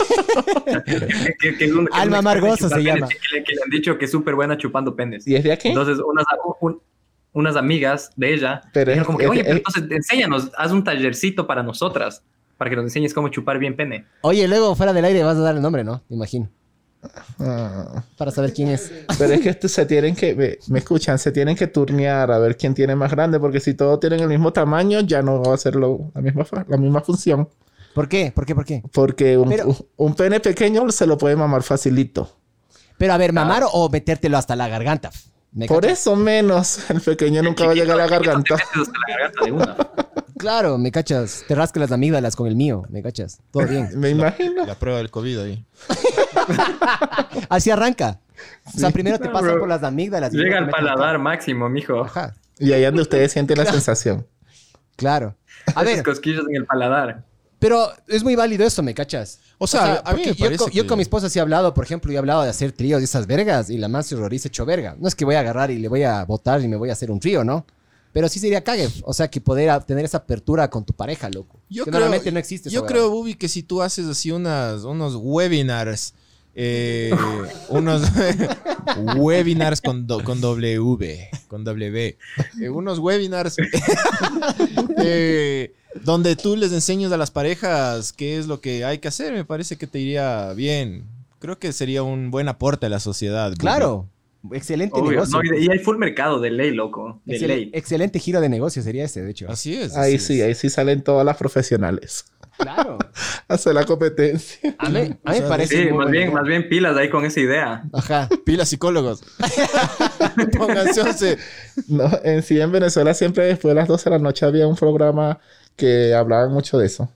Que- que- que es un- que es Alma una experta en Margosa chupar se penes, llama. Que, le- que le han dicho que es súper buena chupando penes. ¿Y es de aquí? Entonces, unas, un- unas amigas de ella Pero dijeron es- como que, es- oye, pero es- entonces enséñanos, haz un tallercito para nosotras, para que nos enseñes cómo chupar bien pene. Oye, luego fuera del aire vas a dar el nombre, ¿no? Me imagino. Ah, Para saber quién es. Pero es que esto se tienen que, me, me escuchan, se tienen que turnear a ver quién tiene más grande, porque si todos tienen el mismo tamaño, ya no va a ser lo- la, misma, fa- la misma función. ¿Por qué? ¿Por qué? ¿Por qué? Porque un, Pero- un pene pequeño se lo puede mamar facilito. Pero a ver, mamar o metértelo hasta la garganta. ¿Me Por cachas? eso menos, el pequeño nunca va a llegar a la garganta. Te metes hasta la garganta de una. Claro, me cachas. Te rascas las amígdalas con el mío, me cachas. Todo bien. Me imagino. La prueba del COVID ahí. Así arranca. O sea, primero te No, pasan bro. por las amígdalas. y Llega luego al te meten- paladar máximo, mijo. Ajá, Y ahí donde ustedes sienten la sensación. claro. A Esas ver, cosquillas en el paladar. pero es muy válido eso, ¿me cachas? O sea, a mí porque me yo, parece co- yo que- con mi esposa sí he hablado, por ejemplo, yo he hablado de hacer tríos y esas vergas, y la más se horroriza hecho verga. No es que voy a agarrar y le voy a botar y me voy a hacer un trío, ¿no? Pero sí sería cague. O sea, que poder a- tener esa apertura con tu pareja, loco. Yo que creo, normalmente no existe. esa Yo huevada. creo, Bubi, que si tú haces así unas, unos webinars, eh, unos webinars con, do- con W, con W, eh, unos webinars eh, donde tú les enseñas a las parejas qué es lo que hay que hacer, me parece que te iría bien. Creo que sería un buen aporte a la sociedad. Bubi. Claro. Excelente Obvio. negocio. No, y y hay full mercado de ley, loco. De Excel- ley. Excelente giro de negocio sería ese, de hecho. Así es. Ahí así sí, es. ahí sí salen todas las profesionales. Claro. Hacer la competencia. eh, A mí, a mí O sea, me parece. Sí, muy más buena bien, idea. más bien pilas ahí con esa idea. Ajá. Pila psicólogos. Pónganse once. No, en sí, en Venezuela siempre después de las 12 de la noche había un programa que hablaba mucho de eso.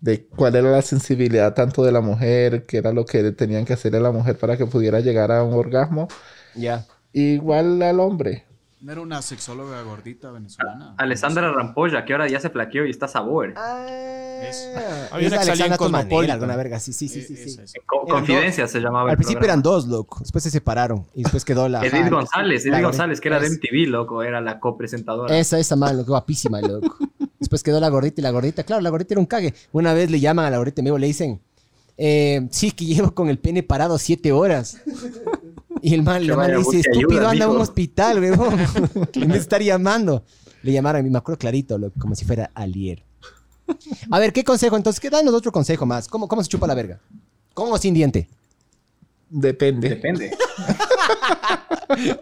De cuál era la sensibilidad tanto de la mujer, qué era lo que tenían que hacer a la mujer para que pudiera llegar a un orgasmo. Ya. Igual al hombre. No era una sexóloga gordita venezolana. Alessandra Rampolla, que ahora ya se flaqueó y está sabor. Ah, Había Es una que salía en Alexandra Tosmanera, Cosmopolitan. alguna verga. Sí, sí, sí. Eh, sí, sí. esa, esa. Co- Eran Confidencia se llamaba. Al el principio programa. eran dos, loco. Después se separaron. Y después quedó la. Edith ajá, González, la Edith gordita. González, que era de Es- MTV, loco, era la copresentadora. Esa, esa mano, loco. Guapísima, loco. Después quedó la gordita y la gordita. Claro, la gordita era un cague. Una vez le llaman a la gordita y me le dicen. eh, sí, que llevo con el pene parado siete horas. Y el man, Que la man vaya, le dice, busque estúpido, ayuda, anda a un mijo". hospital, weón. Me estar llamando. Le llamaron, y me acuerdo clarito, loco, como si fuera Alier. A ver, ¿qué consejo? Entonces, ¿qué danos otro consejo más? ¿Cómo, cómo se chupa la verga? ¿Con o sin diente? Depende. Depende.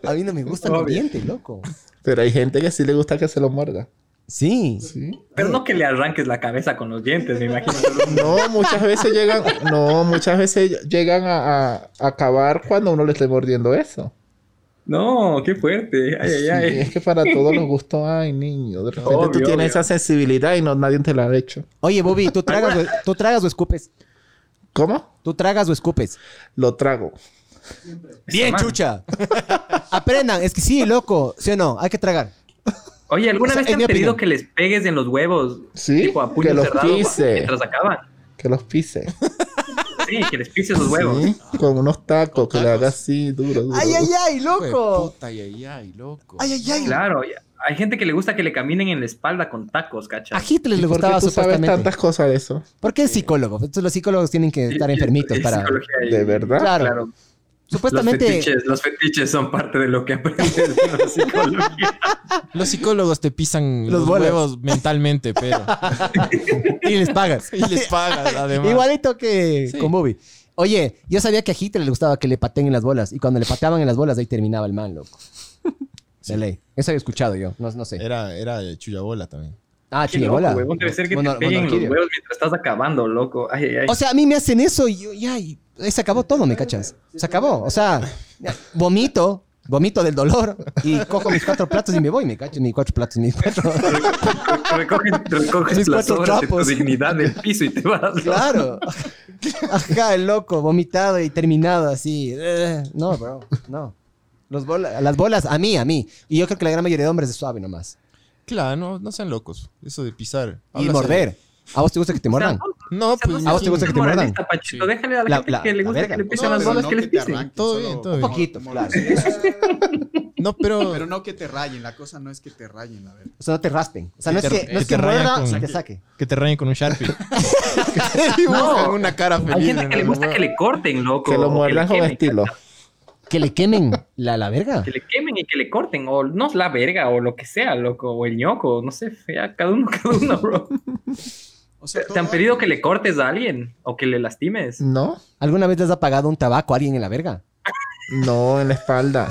A mí no me gustan los Obvio. dientes, loco. Pero hay gente que sí le gusta que se lo muerda. Sí. Sí. Pero no que le arranques la cabeza con los dientes, me imagino. No, muchas veces llegan, no, muchas veces llegan a, a- a acabar cuando uno le esté mordiendo eso. No, qué fuerte. Ay, ay, Sí, ay. es que para todos los gustos, ay, niño, de repente tú Obvio, tienes obvio. esa sensibilidad y no nadie te la ha hecho. Oye, Bobby, ¿tú tragas, o- ¿tú tragas o escupes? ¿Cómo? ¿Tú tragas o escupes? Lo trago. Bien, chucha. Aprendan, es que sí, loco. ¿Sí o no? Hay que tragar. Oye, ¿alguna O sea, vez te en han mi pedido opinión. que les pegues en los huevos? Sí, Tipo a puño que los cerrado pise. mientras acaban. Que los pise. Sí, que les pises los huevos. Sí, Con unos tacos, que le haga así, duro, duro. ¡Ay, ay, ay, Hijo de loco! puta, ay, ay, ay, loco. ¡Ay, ay, ay! Claro, y- hay gente que le gusta que le caminen en la espalda con tacos, A ¿cachai? Hitler le ¿Y por qué gustaba tú sabes supuestamente. tantas cosas de eso? ¿Por qué es psicólogo? Entonces los psicólogos tienen que estar enfermitos Es para... psicología y- ¿De verdad? Claro. Claro. Supuestamente... Los fetiches, los fetiches son parte de lo que aprendes de la psicología. Los psicólogos te pisan Los los, bolas. huevos mentalmente, pero. Y les pagas. y les pagas, además. Igualito que Sí. con Bobby. Oye, yo sabía que a Hitler le gustaba que le pateen en las bolas. Y cuando le pateaban en las bolas, ahí terminaba el man, loco. De ley. Eso había escuchado yo. No, no sé. Eh, Era, era de chulla bola también. Ah, Qué loco, chilebola. huevón, debe ser que Mono- te peguen los monorquídeo. huevos mientras estás acabando, loco. Ay, ay, ay. O sea, a mí me hacen eso y yo, ya, y- ahí se acabó todo, ¿me cachas? Se acabó. O sea, ya, vomito, vomito del dolor y cojo mis cuatro platos y me voy, ¿me cachas? Mis cuatro platos, mis cuatro. recoges recoges Mis las cuatro obras de tu trapos. dignidad del piso y te vas. Claro. Ajá, el loco, vomitado y terminado así. Eh, No, bro, no. Los bola- las bolas, a mí, a mí. Y yo creo que la gran mayoría de hombres es suave nomás. Claro, no, no sean locos. Eso de pisar. y Háblase morder. ¿A vos te gusta que te O sea, mordan? no, de- No, o sea, no pues. seas ¿A vos te gusta que te muerdan? moralista, Pachito. Sí. Déjale a la, La- gente la- que le la gusta verga. que le pisen No, las pero bolas no que les te pisen. arranquen, Todo solo bien, todo bien. mo- Poquito, claro. No, pero. Pero no que te rayen, la cosa no es que te rayen, la verdad. O sea, no te raspen. O sea, no es Que te- que, no es que que te rayan muerda con- y te saque. Que te rayen con un Sharpie. y buscan una cara feliz. Hay gente que le en gusta el- que le corten, loco. Que o lo muerdan con quemen, estilo. Que le quemen la, la verga. Que le quemen y que le corten. O no la verga, o lo que sea, loco. O el ñoco. No sé, ya, cada uno, cada uno, bro. O sea, ¿Te han pedido que le cortes a alguien? ¿O que le lastimes? ¿No? ¿Alguna vez les has apagado un tabaco a alguien en la verga? No, en la espalda.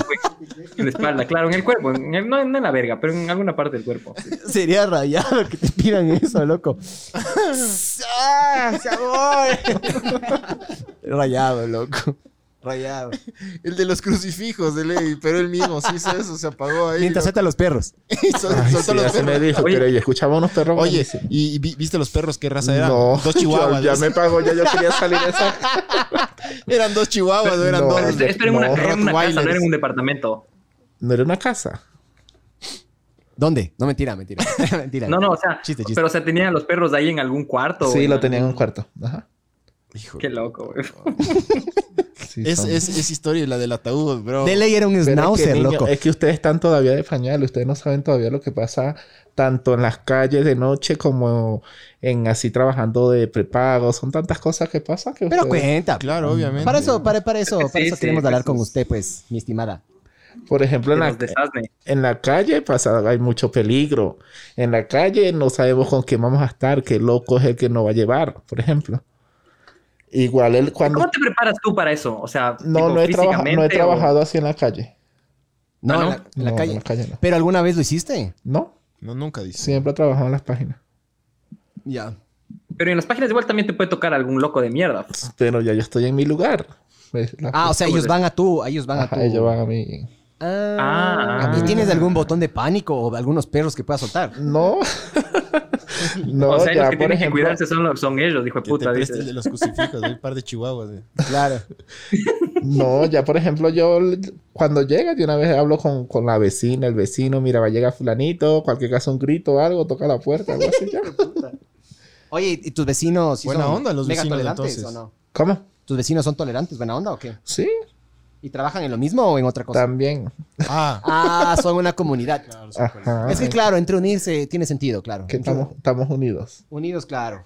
En la espalda, claro, en el cuerpo. en el- no, no en la verga, pero en alguna parte del cuerpo. Sería rayado que te pidan eso, loco. ¡Ah, sabor! rayado, loco. Rayado. El de los crucifijos de ley. Pero él mismo sí hizo eso, se apagó ahí. Mientras suelta a los perros. y sol- Ay, soltó sí, los ya se me perros. dijo, Oye. pero yo escuchaba unos perros. Oye, buenísimos. ¿y, y vi- viste los perros qué raza eran? no, Dos chihuahuas. yo- ya me pagó, ya yo quería salir de esa. Eran dos chihuahuas, no eran No, dos. Esto era en una, era No, en una casa, no Rottweilers. era en un departamento. No era una casa. ¿Dónde? No, mentira, mentira. mentira. No, no, o sea, Chiste, chiste. pero o sea, tenían a los perros ahí en algún cuarto. Sí, güey. lo tenía en un cuarto. Ajá. Hijo, Qué loco, güey. Sí, es, son- es, es historia la del ataúd, bro. De ley era un Pero es, schnauzer, que, niño, loco. es que ustedes están todavía de pañal, ustedes no saben todavía lo que pasa tanto en las calles de noche como en así trabajando de prepago. Son tantas cosas que pasan que Pero ustedes- cuenta. pues. Claro, obviamente. Para eso, para, para eso, Sí, para eso sí, queremos pues hablar con es- usted, pues, mi estimada. Por ejemplo, Que en la, nos desasne. en la calle pasa, hay mucho peligro. En la calle no sabemos con quién vamos a estar, qué loco es el que nos va a llevar, por ejemplo. Igual él cuando... ¿Cómo te preparas tú para eso? O sea, No, tipo, no he, traba- físicamente no he o- trabajado así en la calle. No, Ah, en ¿no? la, en la No, calle. en la calle no. Pero alguna vez lo hiciste. No, No, nunca dice. siempre he trabajado en las páginas. Ya. Pero en las páginas igual también te puede tocar algún loco de mierda. Pero ya yo estoy en mi lugar. ¿Ves? La- Ah, o sea, ellos van a tú, ellos van a Ajá, tú. ellos van a mí. Ah, Ah. ¿Y tienes algún botón de pánico o algunos perros que puedas soltar? No. no, o sea, ya, los que por tienen que ejemplo. cuidarse son, los- son ellos, dijo Que te puta. preste el de dice. los crucifijos, de un par de chihuahuas. eh. Claro. No, ya, por ejemplo, yo l- cuando llega, de una vez hablo con, con la vecina, el vecino, mira, va a llegar fulanito, cualquier caso, un grito o algo, toca la puerta, algo así ya. Oye, ¿y tus vecinos sí Buena son onda los mega vecinos, tolerantes entonces. o no? ¿Cómo? ¿Tus vecinos son tolerantes? ¿Buena onda o qué? Sí, ¿Y trabajan en lo mismo o en otra cosa? también. Ah, Ah, son una comunidad. Ajá. pues. Es que claro, entre unirse tiene sentido, claro. que estamos, estamos unidos. Unidos, claro.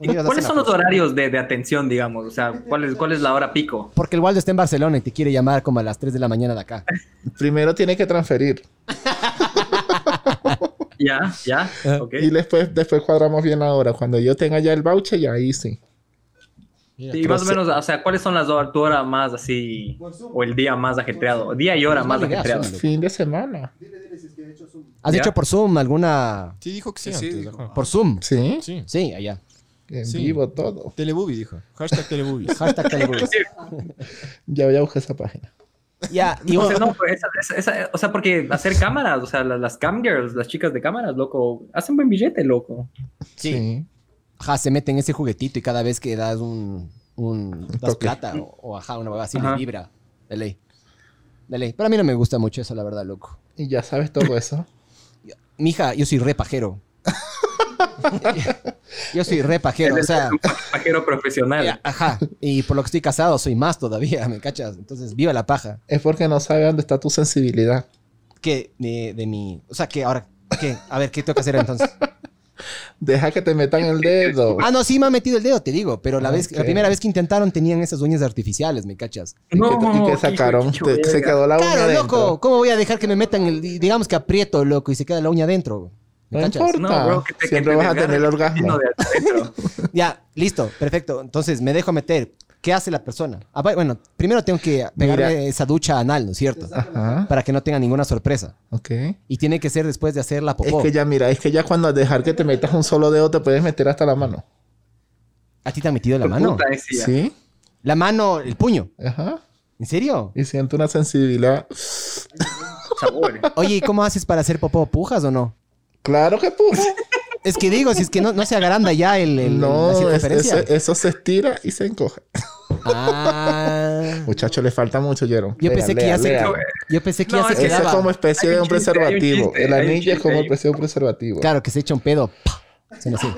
¿Y Unidos ¿Cuáles hacen son la los fuerza. horarios de, de atención, digamos? O sea, ¿cuál es, cuál es la hora pico? Porque el Waldo está en Barcelona y te quiere llamar como a las 3 de la mañana de acá. Primero tiene que transferir Ya, ya, ok. Ah, y después, después cuadramos bien la hora. Cuando yo tenga ya el voucher, ya ahí sí. Y más o menos, o sea, ¿cuáles son las horas, tu hora más así, o el día más ajetreado? Día y hora Es más mala idea, ajetreado. sí. Fin de semana. ¿Has Ya. hecho por Zoom alguna... sí dijo que sí, Sí, sí, antes. dijo. ajá. Por Zoom? Sí, Sí. Sí, allá. en Sí. vivo todo. Telebooby dijo. Hashtag Teleboobies. Hashtag Telegurus. Ya voy a buscar esa página. Ya, y O vos- sea, no, pero esa- esa- esa- o sea, porque hacer cámaras, o sea, las, las cam girls, las chicas de cámaras, loco, hacen buen billete, loco. Sí. sí. ajá, se meten ese juguetito y cada vez que das un, un das toque. plata o, o ajá, una huevada así Ajá. le vibra. De ley. De ley. Pero a mí no me gusta mucho eso, la verdad, loco. Y ya sabes todo eso. Mija, yo soy re pajero. yo soy re pajero, o sea, un pajero profesional. ya, ajá. Y por lo que estoy casado, soy más todavía, ¿me cachas? Entonces, viva la paja. Es porque no sabes dónde está tu sensibilidad. Que de, de mi. O sea, que ahora. ¿Qué? A ver, ¿qué tengo que hacer entonces? Deja que te metan el dedo. Ah, no, sí me ha metido el dedo, te digo. Pero la, vez, la Ah, Ok. primera vez que intentaron tenían esas uñas artificiales, ¿me cachas? ¿Y que y que hijo de sacaron? chuchu, Te- se verga. quedó la uña Claro, adentro. loco, ¿cómo voy a dejar que me metan el, di- digamos que aprieto, loco, y se queda la uña adentro? ¿Me No cachas? importa. No, bro, que te, que Siempre te vas a desgarre tener el orgasmo. pino de adentro. Ya, listo, perfecto. Entonces me dejo meter. ¿Qué hace la persona? Ah, bu- bueno, primero tengo que pegarle Mira. esa ducha anal, ¿no es cierto? Ajá. Para que no tenga ninguna sorpresa. Ok. Y tiene que ser después de hacer la Es popó. que ya, mira, es que ya cuando al dejar que te metas un solo dedo te puedes meter hasta la mano. ¿A ti te han metido la mano? eh. Puta, es ya. ¿Sí? La mano, el puño. Ajá. ¿En serio? Y siento una sensibilidad. Sabor. Oye, ¿y cómo haces para hacer popó? ¿Pujas o no? Claro que pujo. Es que digo, si es que no, no se agranda ya el, el- la No, es- circunferencia. eso, eso se estira y se encoge. Ah. Muchacho, le falta mucho, Jerón. Yo pensé que ya se- Yo pensé que No, ya se es que Eso es quedaba. como especie Hay de un un chiste, hay un preservativo. chiste, el hay un anillo es chiste, como hay el un- precio de un preservativo. Claro, que se echa un pedo. ¡Pah! Suena así.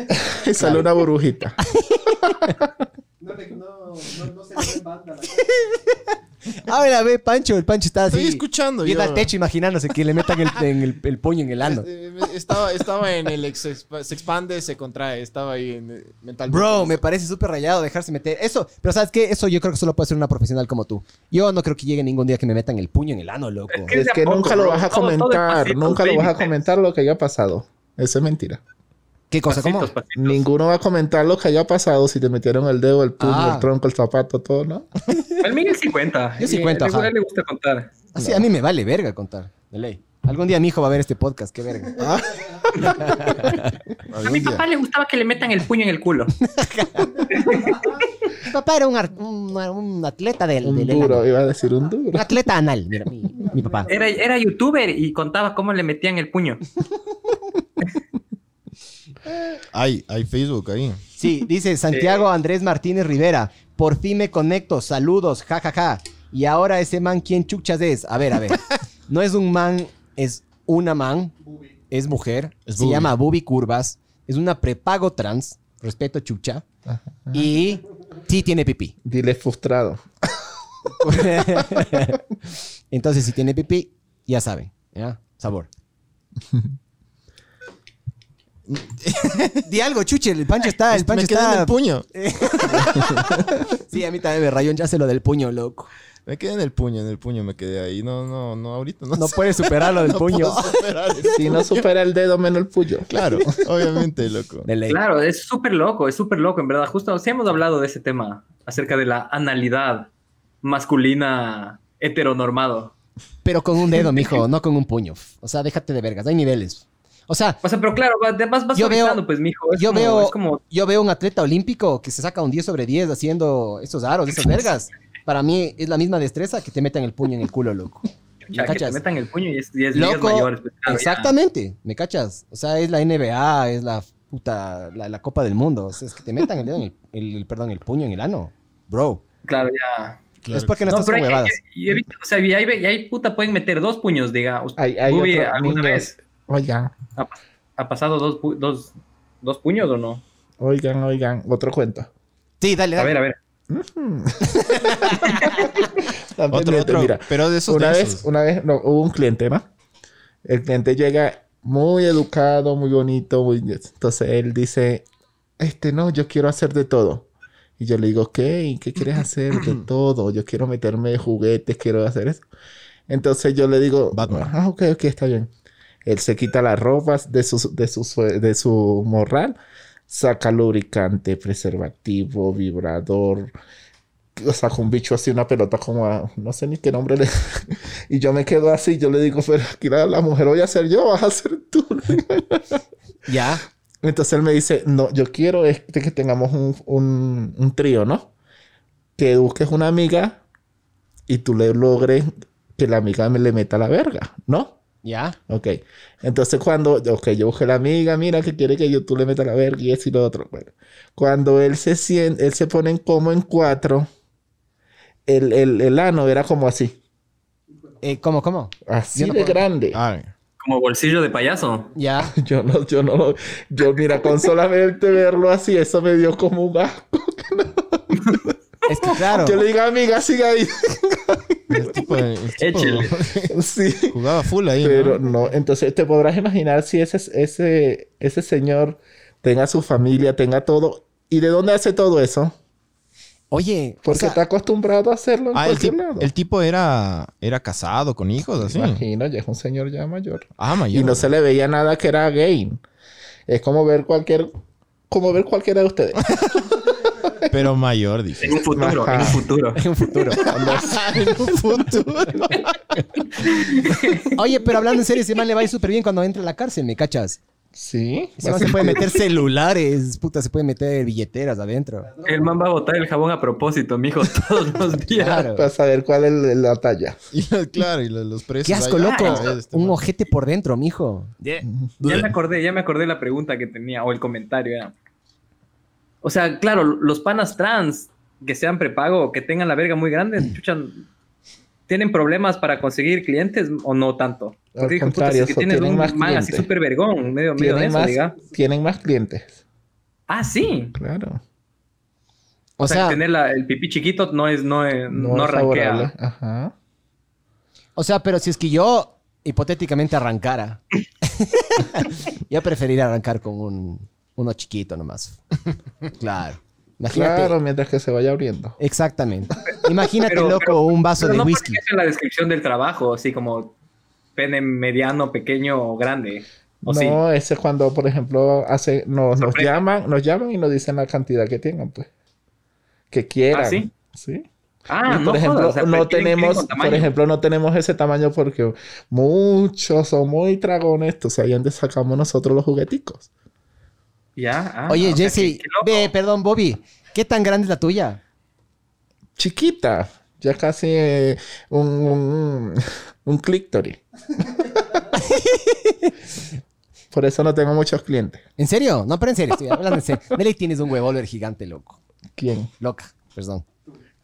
y sale una burbujita. Ahora Ah, ve, Pancho. El Pancho está así. Estoy escuchando Viendo yo. al techo, imaginándose que le metan el, en el, el puño en el ano. Este, me- Estaba, estaba en el ex- se expande, se contrae. Estaba ahí en, eh, mentalmente. Bro, me parece súper rayado dejarse meter. Eso, pero ¿sabes qué? Eso yo creo que solo puede ser una profesional como tú. Yo no creo que llegue ningún día que me metan el puño en el ano, loco. Es que- Es de a que poco, nunca lo bro. vas a Todo- todo de comentar. pasitos, nunca lo baby vas a steps. comentar lo que haya pasado. Eso es mentira. ¿Qué cosa? ¿Cómo? Pasitos, pasitos. Ninguno va a comentar lo que haya pasado si te metieron el dedo, el puño, Ah. el tronco, el zapato, todo, ¿no? El Miguel sí cuenta. Yo sí cuento, Le- ajá. a él le gusta contar. Así, a mí me vale verga contar, de ley. Algún día mi hijo va a ver este podcast, qué verga. A mi papá le gustaba que le metan el puño en el culo. Mi papá era un, ar- un- un atleta del, Un del duro, enano. iba a decir un duro. Un atleta anal, mira, mi, mi papá. Era, era youtuber y contaba cómo le metían el puño. Hay, hay Facebook ahí. Sí, dice Santiago Andrés Martínez Rivera. Por fin me conecto, saludos, jajaja. Y ahora ese man, ¿quién chuchas es? A ver, a ver. No es un man, es una man. Es mujer. Es se Bubi. llama Bubi Curvas. Es una prepago trans. Respeto chucha. Y sí tiene pipí. Dile frustrado. Entonces, si tiene pipí, ya saben. ¿ya? Sabor. Di algo, chuche. El pancho está. El pancho me quedé está. en el puño. Sí, a mí también me rayó. Ya sé lo del puño, loco. Me quedé en el puño, en el puño me quedé ahí. No, no, no, ahorita no. No sé. puedes superar lo del No puño. puedo superar eso. Si no supera el dedo, menos el puño. Claro, obviamente, loco. De ley. Claro, es súper loco, es súper loco, en verdad. Justo sí hemos hablado de ese tema, acerca de la analidad masculina heteronormado. Pero con un dedo, mijo, no con un puño. O sea, déjate de vergas. Hay niveles. O sea, O sea, pero claro, va- de- vas, vas Yo veo- avisando, pues, mijo. Es yo como- veo- Es como, yo veo un atleta olímpico que se saca un 10 sobre 10 haciendo esos aros, esas vergas. Para mí es la misma destreza que te metan el puño en el culo, loco. ¿Me ya, que te cachas? metan el puño y es, y es ligas Loco, mayores. pues, claro, Ah, ya. exactamente, ¿me cachas? O sea, es la NBA, es la puta, la, la Copa del Mundo. O sea, es que te metan el dedo en el, el- el- perdón, el puño en el ano, bro. Claro, ya. es porque no, No, estás pero con hay- huevadas. y he visto, o sea, y hay, y hay, puta, pueden meter dos puños, diga. Usted- Hay, hay Bubi, otros ¿alguna niños. vez Oigan, ha pasado dos, pu- dos, dos puños o no? oigan, oigan. Otro cuento. Sí, dale, A dale. ver, a ver. Están Otro, pendientes, otro. mira. Pero de esos una de vez, esos. una vez, no, hubo un cliente, ¿no? El cliente llega muy educado, muy bonito, muy... Entonces él dice, este, no, yo quiero hacer de todo. Y yo le digo, ok, ¿qué quieres hacer de todo? Yo quiero meterme de juguetes, quiero hacer eso. Entonces yo le digo, Batman. ah, ok, ok, está bien. Él se quita las ropas de su, de su, sue- de su morral, saca lubricante, preservativo, vibrador, o sea, con un bicho así, una pelota como a- no sé ni qué nombre le... y yo me quedo así, yo le digo, pero aquí la, la mujer voy a ser yo, vas a ser tú. Ya. Entonces él me dice, no, yo quiero es que tengamos un, un- un trío, ¿no? Que busques una amiga y tú le logres que la amiga me le meta la verga, ¿no? Ya. Ok. Entonces cuando, ok, yo busqué la amiga, mira que quiere que yo tú le meta la verga y eso y lo otro. Bueno, cuando él se siente, él se pone en como en cuatro, el, el, el ano era como así, Eh, ¿Cómo, cómo? así Yo no de puedo- grande. Ah, Como bolsillo de payaso. Ya. Yo no, yo no, lo- yo mira, con solamente verlo así, eso me dio como un asco. Es que claro. Yo le digo, amiga, siga ahí. el tipo, el tipo Échele. Sí. jugaba full ahí. Pero ¿no? no, entonces te podrás imaginar si ese, ese, ese señor tenga su familia, tenga todo. ¿Y de dónde hace todo eso? Oye, o Porque sea, está acostumbrado a hacerlo en Ah, el, cualquier tip- lado. el tipo era, era casado con hijos, así. Me Imagino, ya es un señor ya mayor. Ah, mayor. Y no se le veía nada que era gay. Es como ver cualquier, como ver cualquiera de ustedes. Pero mayor, dice. En un futuro, en un futuro. En un futuro. Oye, pero hablando en serio, ese man le va a ir súper bien cuando entre a la cárcel, ¿me cachas? Sí. Ese man se puede meter celulares, puta, se puede meter billeteras adentro. El man va a botar el jabón a propósito, mijo, todos los días. Claro. Para saber cuál es la talla. Y los- claro, y los, los presos. Qué asco, ahí- loco. Ah, este Un man. ojete por dentro, mijo. Ya me acordé, ya me acordé la pregunta que tenía o el comentario. era. O sea, claro, los panas trans que sean prepago, que tengan la verga muy grande, Mm. chucha, ¿tienen problemas para conseguir clientes o no tanto? Al Porque, hijo de puta, contrario, si so- tienes tienen un más man así clientes. súper vergón, medio, medio Tienen denso, más, diga. tienen más clientes. Ah, sí. Claro. O sea, tener la- el pipí chiquito no es, no, es- no, es ranquea. favorable. Ajá. o sea, pero si es que yo hipotéticamente arrancara, yo preferiría arrancar con un, uno chiquito nomás. Claro. Imagínate. Claro, mientras que se vaya abriendo. Exactamente. Imagínate, Pero- loco, pero- un vaso Pero de no whisky. porque es en la descripción del trabajo, así como pene mediano, pequeño o grande. O Oh, sí. no, ese es cuando, por ejemplo, hace, nos, nos Sorpresa. llaman, nos llaman y nos dicen la cantidad que tengan, pues. Que quieran. ¿Ah, sí? Sí. Ah, Y, no por ejemplo, jodas, o sea, no prefieren que tenemos, con tamaño. por ejemplo, no tenemos ese tamaño porque muchos son muy dragones, entonces ahí es donde sacamos nosotros los jugueticos. Ya, ah, Oye, o sea, Jesse, que- que loco. ve, perdón, Bobby, ¿qué tan grande es la tuya? Chiquita, ya casi eh, un, un, un clítoris. por eso no tengo muchos clientes. ¿En serio? No, pero en serio, estoy hablando en serio. Nelly tienes un huevolver gigante, loco. ¿Quién? Loca, perdón.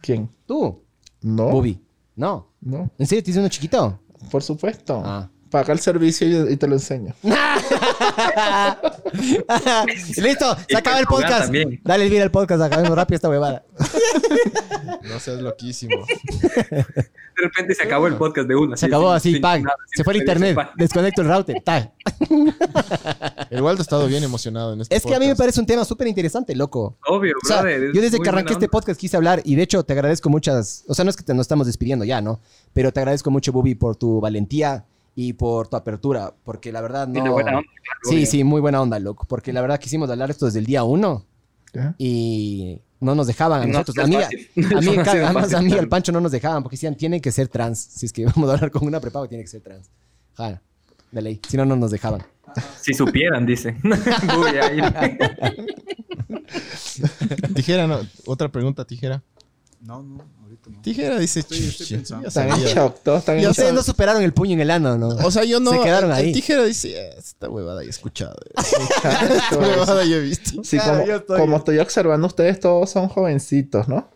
¿Quién? Tú, No. Bobby. No. No, ¿En serio tienes uno chiquito? por supuesto. Ah. Paga el servicio y, y te lo enseño. Listo, Y se acaba el jugar podcast. también. Dale el al podcast, acabemos rápido esta huevada. No seas loquísimo. De repente se acabó el podcast de una. Se sí, acabó sin- así, sin pan. nada, sin Se fue el experiencia, internet. pan. Desconecto el router. tal. El Waldo ha estado bien emocionado en este Es que a mí me podcast. parece un tema súper interesante, loco. Obvio, O sea, brother, es yo desde muy que arranqué buena este onda. podcast quise hablar y de hecho te agradezco muchas, o sea, no es que te, nos estamos despidiendo ya, ¿no? Pero te agradezco mucho, Bubi, por tu valentía y por tu apertura, porque la verdad Y no... de buena onda, claro, Sí, obvio. sí, muy buena onda, loco, porque la verdad quisimos hablar esto desde el día uno ¿Ya? y no nos dejaban a No, nosotros. no a es mí, fácil. a mí, No ha sido claro, además, fácil, a mí, claro. al Pancho no nos dejaban porque decían, tienen que ser trans. Si es que vamos a hablar con una prepago, tiene que ser trans. Ja, de ley. Si no, no nos dejaban. Si supieran, dice. Uy, ahí- Tijera, no, otra pregunta, tijera. No, no, ahorita no. Tijera dice. Estoy- estoy "Chucha, pensando". ya Están en sabía". shock, todos están en Ya shock. sé, Ustedes no superaron el puño en el ano, ¿no? O sea, yo no. Se quedaron el- ahí. El tijera dice, "Eh, esta huevada ya he escuchado. Esta Muchachos. huevada Ah, ya he visto. Sí, Claro, como, yo estoy- como estoy observando, ustedes todos son jovencitos, ¿no?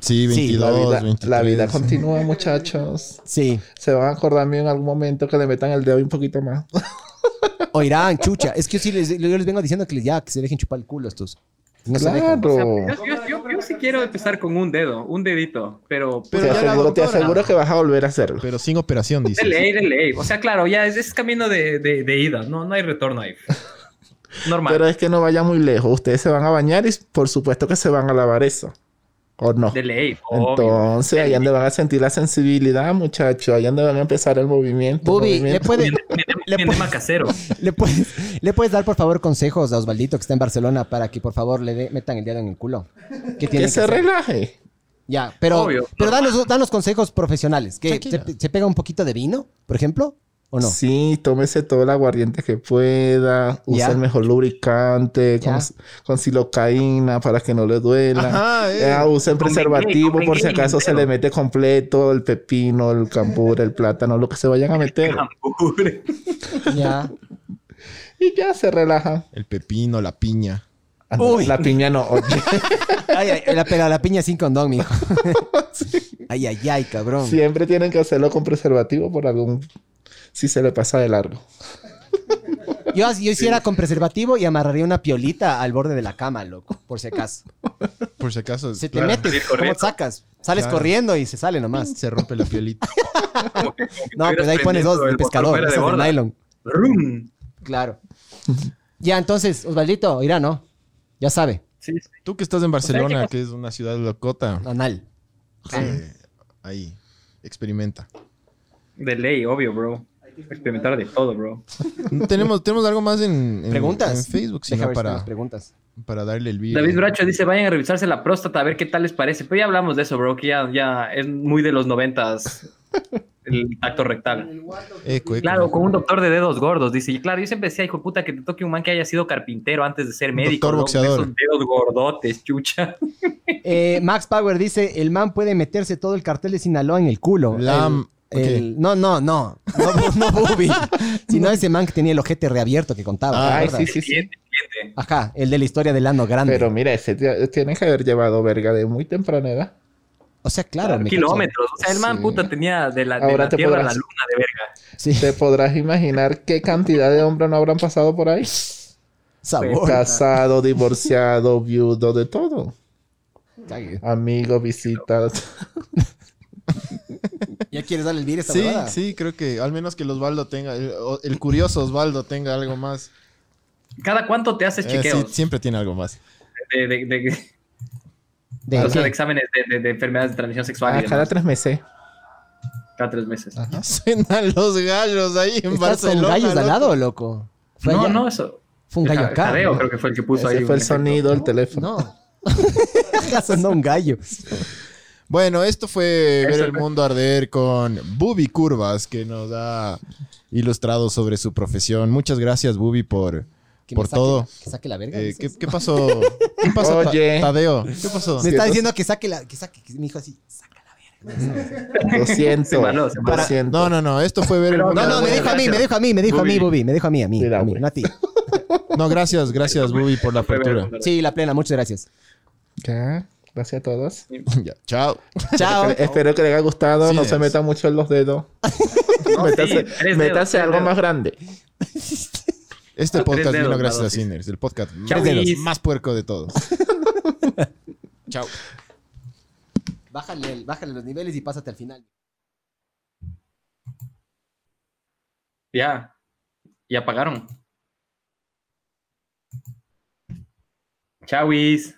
Sí, Sí, 22, La vida, 23. la vida continúa, muchachos. Sí. Se van a acordar de mí en algún momento que le metan el dedo un poquito más. Oirán, chucha. Es que yo, sí les, yo les vengo diciendo que les, ya, que se dejen chupar el culo estos. No se dejan. claro. Yo, yo- yo- yo sí quiero empezar con un dedo, un dedito, pero... Pero te, ya la aseguro, te doctora. aseguro que vas a volver a hacerlo. Pero sin operación, De dice. ley, de ley. O sea, claro, ya es, es camino de, de- de ida, no, no hay retorno ahí. Normal. Pero es que no vaya muy lejos. Ustedes se van a bañar y por supuesto que se van a lavar eso. ¿O no? De ley, obvio. Entonces, ahí donde van a sentir la sensibilidad, muchachos. Ahí donde van a empezar el movimiento. Bubi, el ¿le, movimiento. puede- Mi edema- Le mi pon- edema casero. le puedes, ¿Le puedes dar, por favor, consejos a Osvaldito, que está en Barcelona, para que, por favor, le dé- metan el dedo en el culo? ¿Qué tiene que que se hacer? relaje. Ya, pero, Obvio. pero danos, danos consejos profesionales. ¿Qué, Tranquila. se, se pega un poquito de vino, por ejemplo? ¿O no? Sí, tómese todo el aguardiente que pueda. Usa Ya. el mejor lubricante Ya. con, con silocaína para que no le duela. Ah, Ajá, eh. Eh, usen Con preservativo Bengué, con por si Bengué acaso se entero. le mete completo el pepino, el cambur, el plátano, lo que se vayan a meter. Cambur. Ya. Y ya se relaja. El pepino, la piña. Ah, no, Uy. La piña no. Oye, Ay, ay, la, pero la piña sin condón, mijo. Ay, ay, ay, cabrón. siempre tienen que hacerlo con preservativo por algún... Si se le pasa de largo. Yo, yo hiciera con preservativo y amarraría una piolita al borde de la cama, loco, por si acaso. Por si acaso. Se te claro, mete, salir ¿cómo corriendo. te sacas? Sales Claro. corriendo y se sale nomás. Se rompe la piolita. No, pues ahí pones dos El del pescador, esas de nylon. Rum. Claro. Ya, entonces, Osvaldito, irá, ¿no? Ya sabe, Sí, sí. Tú que estás en Barcelona, pasa? que es una ciudad locota. anal. eh, ahí. Experimenta. De ley, obvio, bro. experimentar de todo, bro. tenemos, tenemos algo más en, en- Preguntas. en Facebook, Deja sino ver si para, tienes preguntas. para darle el vídeo. David Bracho dice, vayan a revisarse la próstata a ver qué tal les parece. Pero ya hablamos de eso, bro, que ya, ya es muy de los noventas el tacto rectal. Eco, eco. Claro, con un doctor de dedos gordos, dice. Y claro, yo siempre decía, hijo de puta, que te toque un man que haya sido carpintero antes de ser médico. Doctor ¿no? boxeador. Esos dedos gordotes, chucha. Eh, Max Power dice, el man puede meterse todo el cartel de Sinaloa en el culo. Lam- El- el- no, no, no. No, bu- no Bubi. Sino ese man que tenía el ojete reabierto que contaba. Ah, ¿te Ay, sí, acuerdas? sí, sí. Siguiente, siguiente. Ajá, el de la historia del ano grande. Pero mira, ese tío- tiene que haber llevado verga de muy temprana edad. o sea, claro. me cacho. Kilómetros. O sea, el man, Sí. puta, tenía de la, de Ahora la te tierra a la podrás- luna de verga. Sí, Te podrás imaginar qué cantidad de hombres no habrán pasado por ahí. sabor. Casado, divorciado, viudo, de todo. Cague. Amigos, visitas. ¿Ya quieres darle el vídeo a esta Sí, huevada? sí, creo que al menos que el Osvaldo tenga, el, o- el curioso Osvaldo tenga algo más. ¿Cada cuánto te haces Eh, chequeos? sí, siempre tiene algo más. de, de- de- ¿De o sea, qué? de exámenes de, de- de enfermedades de transmisión sexual. y Ah, demás. cada tres meses. Cada tres meses. Ah. Suenan los gallos ahí en ¿Estás con Barcelona. gallos al loco. lado, loco? Fue No, allá. no, eso. Fue un gallo Ja- acá. Jadeo creo que fue el que puso ahí. Ese fue un el sonido, el teléfono. No. Acá sonó un gallo. Bueno, esto fue Eso Ver el fue. Mundo Arder con Bubi Curvas, que nos ha ilustrado sobre su profesión. Muchas gracias, Bubi, por, Que me por saque- todo. Que saque la verga. Eh, dices. ¿qué, qué pasó? ¿Qué pasó, Ta- Oye. Tadeo? ¿Qué pasó? Me está ¿Cierto? diciendo que saque la... Que saque... que- Me dijo así... Saca la verga. Lo siento. Se maló, se maló. Lo siento. No, no, no, esto fue Ver el Pero Mundo No, no, Arder. me dijo a mí, me dijo a mí, me dijo a mí, Bubi. Me dijo a mí, a mí, a mí, no a ti. No, gracias, gracias, Bubi, por la apertura. Sí. Sí, la plena, muchas gracias. Ya. Gracias a todos. Ya, chao. Chao. Espero- Espero que les haya gustado. Sí, no se es. metan mucho en los dedos. métase tres dedos, métase tres algo dedos. más grande. Este Tres podcast dedos, vino gracias a dados, sí. Sinners, el podcast más- Chao, Luis. más puerco de todos. chao. Bájale, el- bájale los niveles y pásate al final. Ya. Y apagaron. Chawis.